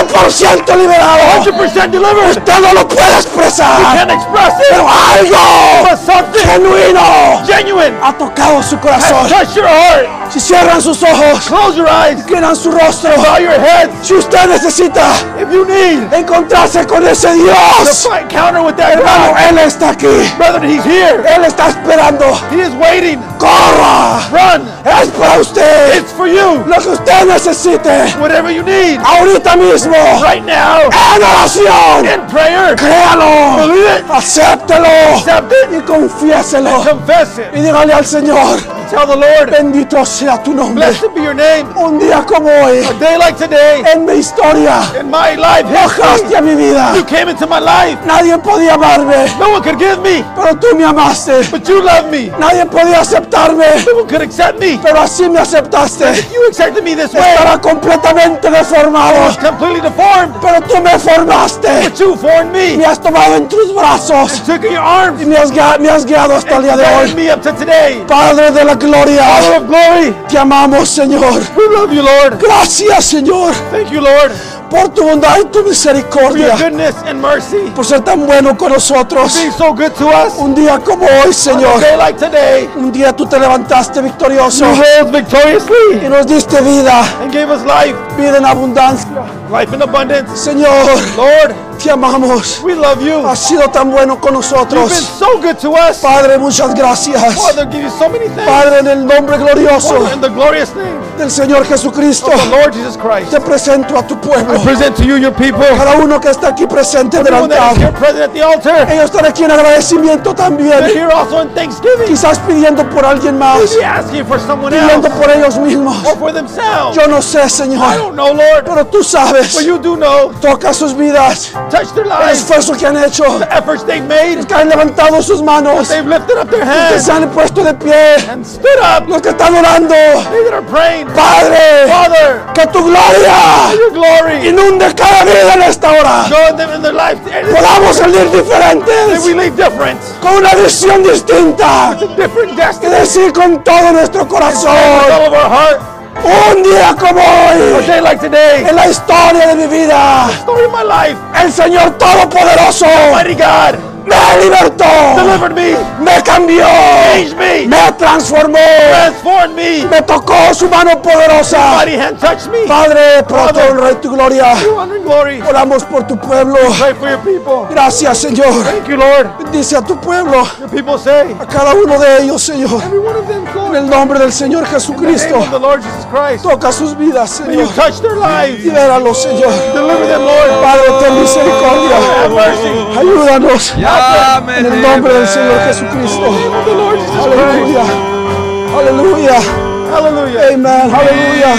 [SPEAKER 1] 100% liberado.
[SPEAKER 2] 100% delivered.
[SPEAKER 1] Usted no lo puede expresar.
[SPEAKER 2] Can't express
[SPEAKER 1] Pero
[SPEAKER 2] it.
[SPEAKER 1] algo
[SPEAKER 2] But something
[SPEAKER 1] genuino
[SPEAKER 2] genuine
[SPEAKER 1] ha tocado su
[SPEAKER 2] has
[SPEAKER 1] corazón.
[SPEAKER 2] touched your heart.
[SPEAKER 1] Si cierran sus ojos,
[SPEAKER 2] Close your eyes.
[SPEAKER 1] inclinan su rostro.
[SPEAKER 2] Bow your heads.
[SPEAKER 1] Si usted necesita
[SPEAKER 2] If you need
[SPEAKER 1] encontrarse con ese
[SPEAKER 2] to
[SPEAKER 1] Dios.
[SPEAKER 2] fight counter with that
[SPEAKER 1] Hermano,
[SPEAKER 2] God,
[SPEAKER 1] Él está aquí.
[SPEAKER 2] brother, he's here.
[SPEAKER 1] Él está esperando.
[SPEAKER 2] He is waiting.
[SPEAKER 1] ¡Corra!
[SPEAKER 2] Run.
[SPEAKER 1] Es para usted.
[SPEAKER 2] It's for you.
[SPEAKER 1] Lo que usted necesite.
[SPEAKER 2] Whatever you need.
[SPEAKER 1] Ahorita mismo.
[SPEAKER 2] Right now.
[SPEAKER 1] En oración.
[SPEAKER 2] In prayer.
[SPEAKER 1] Créalo.
[SPEAKER 2] Believe it.
[SPEAKER 1] Acéptelo.
[SPEAKER 2] Accept it.
[SPEAKER 1] Y confiéselo.
[SPEAKER 2] Confess
[SPEAKER 1] Y
[SPEAKER 2] it.
[SPEAKER 1] dígale al Señor.
[SPEAKER 2] Tell the Lord.
[SPEAKER 1] Bendito sea tu nombre.
[SPEAKER 2] Blessed be your name.
[SPEAKER 1] Un día como hoy.
[SPEAKER 2] A day like today.
[SPEAKER 1] En mi historia.
[SPEAKER 2] In my life history.
[SPEAKER 1] Bajaste a mi vida.
[SPEAKER 2] You came into my life.
[SPEAKER 1] Nadie podía amarme.
[SPEAKER 2] No one could give me.
[SPEAKER 1] Pero tú me amaste.
[SPEAKER 2] But you love me.
[SPEAKER 1] Nadie podía aceptarme.
[SPEAKER 2] No one could accept me.
[SPEAKER 1] Pero así me aceptaste.
[SPEAKER 2] You accepted me this way. I
[SPEAKER 1] Estaba completamente
[SPEAKER 2] was
[SPEAKER 1] deformado.
[SPEAKER 2] completely deformed.
[SPEAKER 1] Pero tú me formaste.
[SPEAKER 2] But you formed me.
[SPEAKER 1] Me has tomado en tus brazos.
[SPEAKER 2] Took in your arms.
[SPEAKER 1] Y me has, gua- me has guiado hasta el día de
[SPEAKER 2] carried
[SPEAKER 1] hoy.
[SPEAKER 2] me up to today.
[SPEAKER 1] Padre de la
[SPEAKER 2] Father
[SPEAKER 1] gloria.
[SPEAKER 2] of glory.
[SPEAKER 1] Te amamos, Señor.
[SPEAKER 2] We love you, Lord.
[SPEAKER 1] Gracias, Señor,
[SPEAKER 2] Thank you, Lord,
[SPEAKER 1] por tu bondad y tu
[SPEAKER 2] for your
[SPEAKER 1] misericordia.
[SPEAKER 2] goodness and mercy.
[SPEAKER 1] Por ser tan bueno con nosotros.
[SPEAKER 2] Being so good to us.
[SPEAKER 1] Un día como hoy,
[SPEAKER 2] On a
[SPEAKER 1] Señor.
[SPEAKER 2] day like today,
[SPEAKER 1] Un día tú te levantaste victorioso.
[SPEAKER 2] you rose
[SPEAKER 1] Y
[SPEAKER 2] victoriously
[SPEAKER 1] nos diste vida.
[SPEAKER 2] and gave us life,
[SPEAKER 1] Vida en abundancia.
[SPEAKER 2] life in abundance.
[SPEAKER 1] Señor,
[SPEAKER 2] Lord,
[SPEAKER 1] te amamos.
[SPEAKER 2] we love you.
[SPEAKER 1] Has sido tan bueno con
[SPEAKER 2] You've been
[SPEAKER 1] nosotros.
[SPEAKER 2] so good to us.
[SPEAKER 1] Padre, muchas gracias.
[SPEAKER 2] Father, give you so many things.
[SPEAKER 1] Padre, en el nombre glorioso
[SPEAKER 2] Father, in the glorious name
[SPEAKER 1] del Señor Jesucristo,
[SPEAKER 2] of the Lord Jesus Christ,
[SPEAKER 1] te presento a tu pueblo.
[SPEAKER 2] I present to you your people.
[SPEAKER 1] Cada uno que está aquí presente en el
[SPEAKER 2] Everyone that
[SPEAKER 1] altar.
[SPEAKER 2] is here present at the altar,
[SPEAKER 1] Ellos están aquí en agradecimiento
[SPEAKER 2] they're
[SPEAKER 1] también.
[SPEAKER 2] here also in thanksgiving.
[SPEAKER 1] Quizás pidiendo por alguien más,
[SPEAKER 2] Maybe asking for someone
[SPEAKER 1] pidiendo
[SPEAKER 2] else
[SPEAKER 1] por ellos mismos.
[SPEAKER 2] or for themselves.
[SPEAKER 1] Yo no sé,
[SPEAKER 2] I
[SPEAKER 1] Señor,
[SPEAKER 2] don't know, Lord,
[SPEAKER 1] pero tú
[SPEAKER 2] but
[SPEAKER 1] sabes.
[SPEAKER 2] you do know.
[SPEAKER 1] Toca sus vidas,
[SPEAKER 2] Touch their
[SPEAKER 1] el
[SPEAKER 2] lives.
[SPEAKER 1] esfuerzo que han hecho,
[SPEAKER 2] The efforts they've made.
[SPEAKER 1] que han levantado sus manos,
[SPEAKER 2] They've lifted up their
[SPEAKER 1] que
[SPEAKER 2] hands
[SPEAKER 1] se han puesto de pie,
[SPEAKER 2] and stood up.
[SPEAKER 1] los que están orando.
[SPEAKER 2] They that are praying.
[SPEAKER 1] Padre,
[SPEAKER 2] Father,
[SPEAKER 1] que tu gloria
[SPEAKER 2] your glory.
[SPEAKER 1] inunde cada vida en esta hora.
[SPEAKER 2] Show them in their life. That
[SPEAKER 1] Podamos salir
[SPEAKER 2] we
[SPEAKER 1] diferentes,
[SPEAKER 2] leave different.
[SPEAKER 1] con una visión distinta.
[SPEAKER 2] It's a different
[SPEAKER 1] Y
[SPEAKER 2] destiny.
[SPEAKER 1] decir con todo nuestro
[SPEAKER 2] With
[SPEAKER 1] corazón,
[SPEAKER 2] all of our heart.
[SPEAKER 1] un día como
[SPEAKER 2] A
[SPEAKER 1] hoy,
[SPEAKER 2] day like today.
[SPEAKER 1] en la historia de mi vida,
[SPEAKER 2] Story of my life.
[SPEAKER 1] el Señor Todopoderoso
[SPEAKER 2] Mighty God.
[SPEAKER 1] Me libertó.
[SPEAKER 2] Delivered me.
[SPEAKER 1] Me cambió.
[SPEAKER 2] Changed me.
[SPEAKER 1] Me transformó.
[SPEAKER 2] Transformed me.
[SPEAKER 1] Me tocó su mano poderosa.
[SPEAKER 2] Mighty hand touched me.
[SPEAKER 1] Padre, pronto el rey tu gloria.
[SPEAKER 2] You honor and glory.
[SPEAKER 1] Oramos por tu pueblo.
[SPEAKER 2] Pray for your people.
[SPEAKER 1] Gracias, Señor.
[SPEAKER 2] Thank you, Lord.
[SPEAKER 1] Bendice a tu pueblo,
[SPEAKER 2] Your people say,
[SPEAKER 1] a cada uno de ellos, Señor.
[SPEAKER 2] every one of them,
[SPEAKER 1] En
[SPEAKER 2] Lord.
[SPEAKER 1] el nombre del Señor
[SPEAKER 2] In the name
[SPEAKER 1] Jesucristo,
[SPEAKER 2] of the Lord Jesus Christ.
[SPEAKER 1] toca sus vidas,
[SPEAKER 2] May you
[SPEAKER 1] Señor.
[SPEAKER 2] touch their lives.
[SPEAKER 1] Libéralos, Señor.
[SPEAKER 2] Deliver them, Lord.
[SPEAKER 1] Padre, ten misericordia.
[SPEAKER 2] Have mercy.
[SPEAKER 1] Ayúdanos.
[SPEAKER 3] Ya me
[SPEAKER 1] En el nombre del Señor
[SPEAKER 3] libertó.
[SPEAKER 1] Jesucristo.
[SPEAKER 2] The Lord Jesus Christ.
[SPEAKER 1] Aleluya. Aleluya.
[SPEAKER 2] Hallelujah.
[SPEAKER 1] Amén. Aleluya.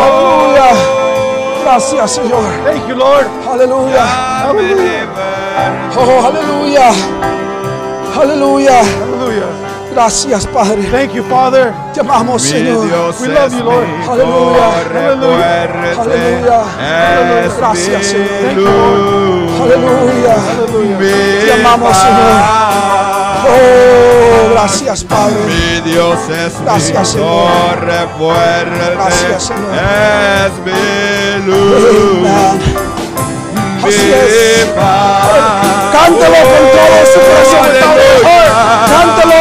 [SPEAKER 1] Aleluya. Gracias, Señor.
[SPEAKER 2] Thank you, Lord.
[SPEAKER 1] Aleluya.
[SPEAKER 3] Ya me libertó.
[SPEAKER 1] Oh, aleluya. Aleluya.
[SPEAKER 2] Hallelujah.
[SPEAKER 1] Gracias, Padre.
[SPEAKER 2] Thank you, Father.
[SPEAKER 1] Te amamos,
[SPEAKER 3] Mi
[SPEAKER 1] Señor.
[SPEAKER 3] Dios
[SPEAKER 2] We love
[SPEAKER 3] es
[SPEAKER 2] you, Lord.
[SPEAKER 3] mi
[SPEAKER 1] Aleluya,
[SPEAKER 3] torre
[SPEAKER 2] aleluya,
[SPEAKER 3] fuerte,
[SPEAKER 1] aleluya.
[SPEAKER 3] es
[SPEAKER 1] Gracias,
[SPEAKER 3] mi
[SPEAKER 1] Señor.
[SPEAKER 2] Thank you,
[SPEAKER 3] luz,
[SPEAKER 1] Aleluya.
[SPEAKER 2] Hallelujah.
[SPEAKER 3] mi
[SPEAKER 1] Te amamos,
[SPEAKER 3] paz.
[SPEAKER 1] Oh, gracias, Padre.
[SPEAKER 3] Mi Dios es
[SPEAKER 1] Gracias,
[SPEAKER 3] mi
[SPEAKER 1] Señor.
[SPEAKER 3] torre fuerte,
[SPEAKER 1] Gracias, Señor.
[SPEAKER 3] es mi luz,
[SPEAKER 1] Amén. Así es.
[SPEAKER 3] mi paz.
[SPEAKER 1] Cántalo con todo su corazón.
[SPEAKER 3] Aleluya.
[SPEAKER 1] Cántalo.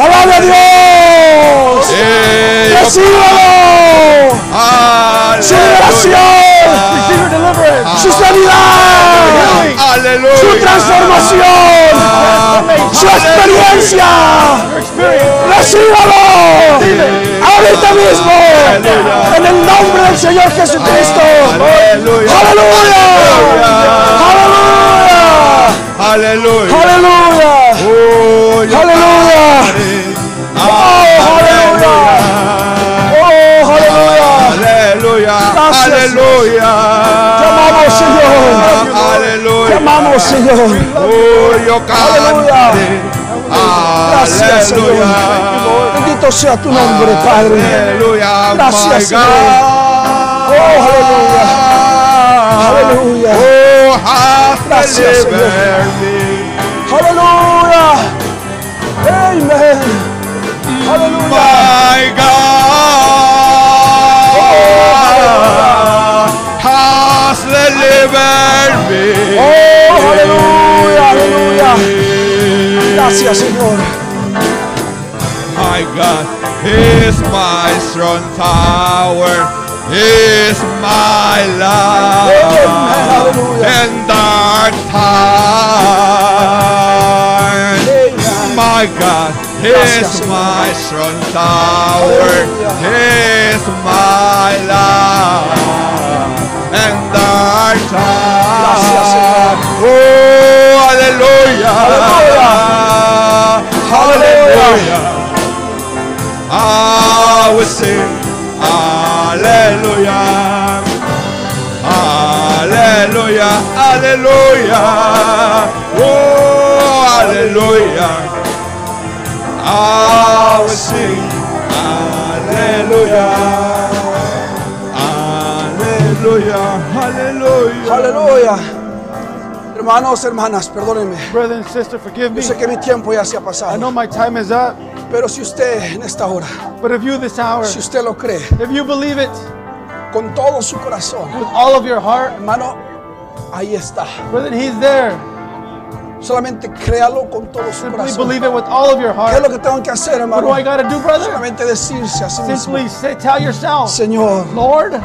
[SPEAKER 1] Alabe a Dios.
[SPEAKER 3] Ey,
[SPEAKER 1] Recíbalo. Su
[SPEAKER 3] aleluya.
[SPEAKER 1] gracia.
[SPEAKER 2] Receive your deliverance.
[SPEAKER 1] Su sanidad.
[SPEAKER 3] Aleluya.
[SPEAKER 1] Su transformación. Su experiencia.
[SPEAKER 2] Your experience.
[SPEAKER 1] Recíbalo. Ahorita mismo. En el nombre del Señor Jesucristo.
[SPEAKER 3] Aleluya.
[SPEAKER 1] Aleluya.
[SPEAKER 3] Aleluya.
[SPEAKER 1] Aleluya. Aleluya. Oh,
[SPEAKER 3] Aleluya.
[SPEAKER 1] Aleluya.
[SPEAKER 3] Aleluya.
[SPEAKER 1] Oh, aleluya.
[SPEAKER 3] Aleluya.
[SPEAKER 1] Gracias,
[SPEAKER 3] Aleluya.
[SPEAKER 1] Te amamos, Señor. Te
[SPEAKER 3] Aleluya.
[SPEAKER 1] amamos, Señor.
[SPEAKER 3] Oh, yo cantaré.
[SPEAKER 1] Gracias, Señor.
[SPEAKER 3] Aleluya.
[SPEAKER 1] Bendito sea tu nombre, Padre.
[SPEAKER 3] Aleluya.
[SPEAKER 1] Gracias,
[SPEAKER 3] my
[SPEAKER 1] Señor.
[SPEAKER 3] God.
[SPEAKER 1] Oh, aleluya. Aleluya.
[SPEAKER 3] Oh, has
[SPEAKER 1] Gracias, Señor.
[SPEAKER 3] delivered me.
[SPEAKER 1] Aleluya. Amén. Aleluya.
[SPEAKER 3] My God has delivered me.
[SPEAKER 1] Oh, aleluya, aleluya. Gracias, Señor.
[SPEAKER 3] My God is my strong tower, is my
[SPEAKER 1] Amen.
[SPEAKER 3] life,
[SPEAKER 1] Hallelujah.
[SPEAKER 3] and dark time.
[SPEAKER 1] Amen.
[SPEAKER 3] My God
[SPEAKER 1] Gracias,
[SPEAKER 3] is
[SPEAKER 1] Señor.
[SPEAKER 3] my strong tower,
[SPEAKER 1] Hallelujah.
[SPEAKER 3] is my life, and dark
[SPEAKER 1] Gracias, Señor.
[SPEAKER 3] time. Oh, aleluya. Hallelujah. I will Ah, sing hallelujah. Hallelujah. Hallelujah. Oh, hallelujah. I will sing hallelujah. Hallelujah. Hallelujah.
[SPEAKER 1] Aleluya. Hermanos, hermanas, perdónenme.
[SPEAKER 2] Brother and sister, forgive
[SPEAKER 1] Yo
[SPEAKER 2] me.
[SPEAKER 1] sé que mi tiempo ya se ha
[SPEAKER 2] I know
[SPEAKER 1] pasado,
[SPEAKER 2] my time is up,
[SPEAKER 1] pero si usted en esta hora,
[SPEAKER 2] but if you this hour,
[SPEAKER 1] si usted lo cree,
[SPEAKER 2] if you believe it
[SPEAKER 1] con todo su corazón,
[SPEAKER 2] with all of your heart,
[SPEAKER 1] hermano, ahí está.
[SPEAKER 2] brother, he's there.
[SPEAKER 1] Solamente créalo con todo su
[SPEAKER 2] Simply
[SPEAKER 1] corazón.
[SPEAKER 2] believe it with all of your
[SPEAKER 1] ¿Qué es
[SPEAKER 2] heart.
[SPEAKER 1] lo que tengo que hacer,
[SPEAKER 2] What do
[SPEAKER 1] hermano?
[SPEAKER 2] I got to do, brother?
[SPEAKER 1] Solamente decirse a sí mismo,
[SPEAKER 2] Simply say, tell yourself,
[SPEAKER 1] Señor,
[SPEAKER 2] Lord,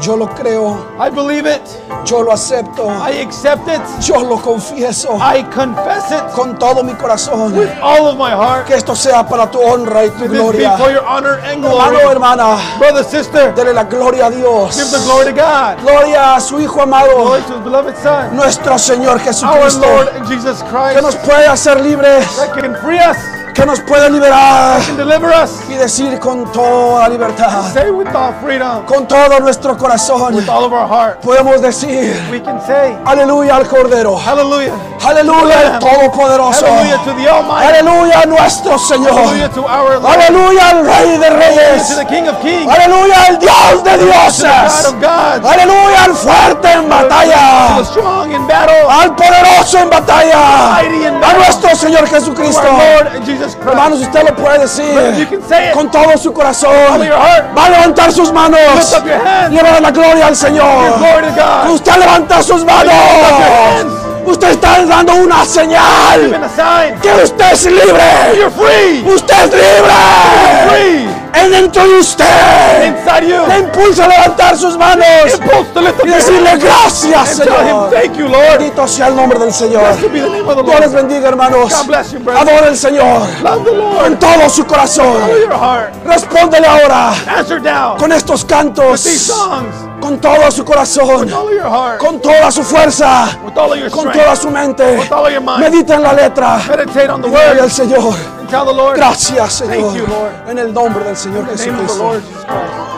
[SPEAKER 1] yo lo creo,
[SPEAKER 2] I believe it.
[SPEAKER 1] yo lo acepto,
[SPEAKER 2] I accept it.
[SPEAKER 1] yo lo confieso
[SPEAKER 2] I confess it
[SPEAKER 1] con todo mi
[SPEAKER 2] with
[SPEAKER 1] corazón.
[SPEAKER 2] all of my heart.
[SPEAKER 1] Que esto sea para tu honra y tu
[SPEAKER 2] This be
[SPEAKER 1] gloria.
[SPEAKER 2] for your honor and
[SPEAKER 1] Hermano,
[SPEAKER 2] glory.
[SPEAKER 1] hermana,
[SPEAKER 2] Brother, sister,
[SPEAKER 1] dele la gloria a Dios.
[SPEAKER 2] give the glory to God.
[SPEAKER 1] Gloria a su Hijo
[SPEAKER 2] Glory
[SPEAKER 1] amado,
[SPEAKER 2] to His beloved Son,
[SPEAKER 1] nuestro Señor
[SPEAKER 2] our
[SPEAKER 1] Jesucristo,
[SPEAKER 2] Lord and Jesus
[SPEAKER 1] que nos
[SPEAKER 2] Christ,
[SPEAKER 1] puede hacer libres,
[SPEAKER 2] that can free us,
[SPEAKER 1] que nos puede liberar
[SPEAKER 2] can deliver us.
[SPEAKER 1] y decir con toda libertad,
[SPEAKER 2] Say with all freedom,
[SPEAKER 1] con todo nuestro corazón,
[SPEAKER 2] with all of our heart,
[SPEAKER 1] podemos decir,
[SPEAKER 2] we can say,
[SPEAKER 1] aleluya al Cordero.
[SPEAKER 2] Hallelujah.
[SPEAKER 1] Aleluya al Todopoderoso.
[SPEAKER 2] Hallelujah to the Almighty.
[SPEAKER 1] Aleluya a nuestro
[SPEAKER 2] Hallelujah
[SPEAKER 1] Señor.
[SPEAKER 2] to our Lord.
[SPEAKER 1] Aleluya al Rey de
[SPEAKER 2] To
[SPEAKER 1] Reyes.
[SPEAKER 2] the King of Kings.
[SPEAKER 1] Aleluya al Dios de
[SPEAKER 2] To the God
[SPEAKER 1] dioses.
[SPEAKER 2] of gods.
[SPEAKER 1] Aleluya al fuerte en
[SPEAKER 2] To the
[SPEAKER 1] batalla.
[SPEAKER 2] strong in battle.
[SPEAKER 1] Al poderoso en batalla. A nuestro Señor
[SPEAKER 2] To
[SPEAKER 1] Jesucristo.
[SPEAKER 2] our Lord Jesus Christ.
[SPEAKER 1] Hermanos, usted lo puede
[SPEAKER 2] You
[SPEAKER 1] decir
[SPEAKER 2] can say it
[SPEAKER 1] con todo su
[SPEAKER 2] with your
[SPEAKER 1] corazón.
[SPEAKER 2] heart.
[SPEAKER 1] Va a levantar sus manos.
[SPEAKER 2] Lift up your
[SPEAKER 1] Y
[SPEAKER 2] hands.
[SPEAKER 1] le va a dar la gloria al Señor.
[SPEAKER 2] Glory to God.
[SPEAKER 1] Usted levanta sus manos.
[SPEAKER 2] Lift up your hands.
[SPEAKER 1] Usted está dando una
[SPEAKER 2] Been
[SPEAKER 1] señal
[SPEAKER 2] a sign.
[SPEAKER 1] que usted es libre.
[SPEAKER 2] You're free.
[SPEAKER 1] Usted es libre.
[SPEAKER 2] Free.
[SPEAKER 1] En dentro de usted
[SPEAKER 2] Inside you.
[SPEAKER 1] le impulsa a levantar sus manos
[SPEAKER 2] Impulse to lift up
[SPEAKER 1] y
[SPEAKER 2] your
[SPEAKER 1] decirle
[SPEAKER 2] hands
[SPEAKER 1] gracias,
[SPEAKER 2] and tell him
[SPEAKER 1] Señor.
[SPEAKER 2] thank you, Lord.
[SPEAKER 1] Bendito sea el nombre del Señor.
[SPEAKER 2] Blessed be the name of the
[SPEAKER 1] Dios les
[SPEAKER 2] Lord.
[SPEAKER 1] bendiga, hermanos.
[SPEAKER 2] God bless you, brother.
[SPEAKER 1] Adore al Señor
[SPEAKER 2] Love the
[SPEAKER 1] con
[SPEAKER 2] Lord.
[SPEAKER 1] todo su corazón.
[SPEAKER 2] Follow your heart.
[SPEAKER 1] Respóndele ahora
[SPEAKER 2] Answer down.
[SPEAKER 1] con estos cantos,
[SPEAKER 2] These songs.
[SPEAKER 1] con todo su corazón,
[SPEAKER 2] Follow your heart.
[SPEAKER 1] con toda su fuerza,
[SPEAKER 2] With all of your
[SPEAKER 1] con toda
[SPEAKER 2] strength.
[SPEAKER 1] su mente.
[SPEAKER 2] With all of your mind.
[SPEAKER 1] Medita en la letra.
[SPEAKER 2] Meditate on the
[SPEAKER 1] Gloria al
[SPEAKER 2] word.
[SPEAKER 1] Señor.
[SPEAKER 2] And tell the Lord.
[SPEAKER 1] Gracias,
[SPEAKER 2] Thank
[SPEAKER 1] Señor.
[SPEAKER 2] you, Lord.
[SPEAKER 1] En el nombre del Señor
[SPEAKER 2] In the name of the
[SPEAKER 1] Jesucristo.
[SPEAKER 2] Lord Jesus Christ.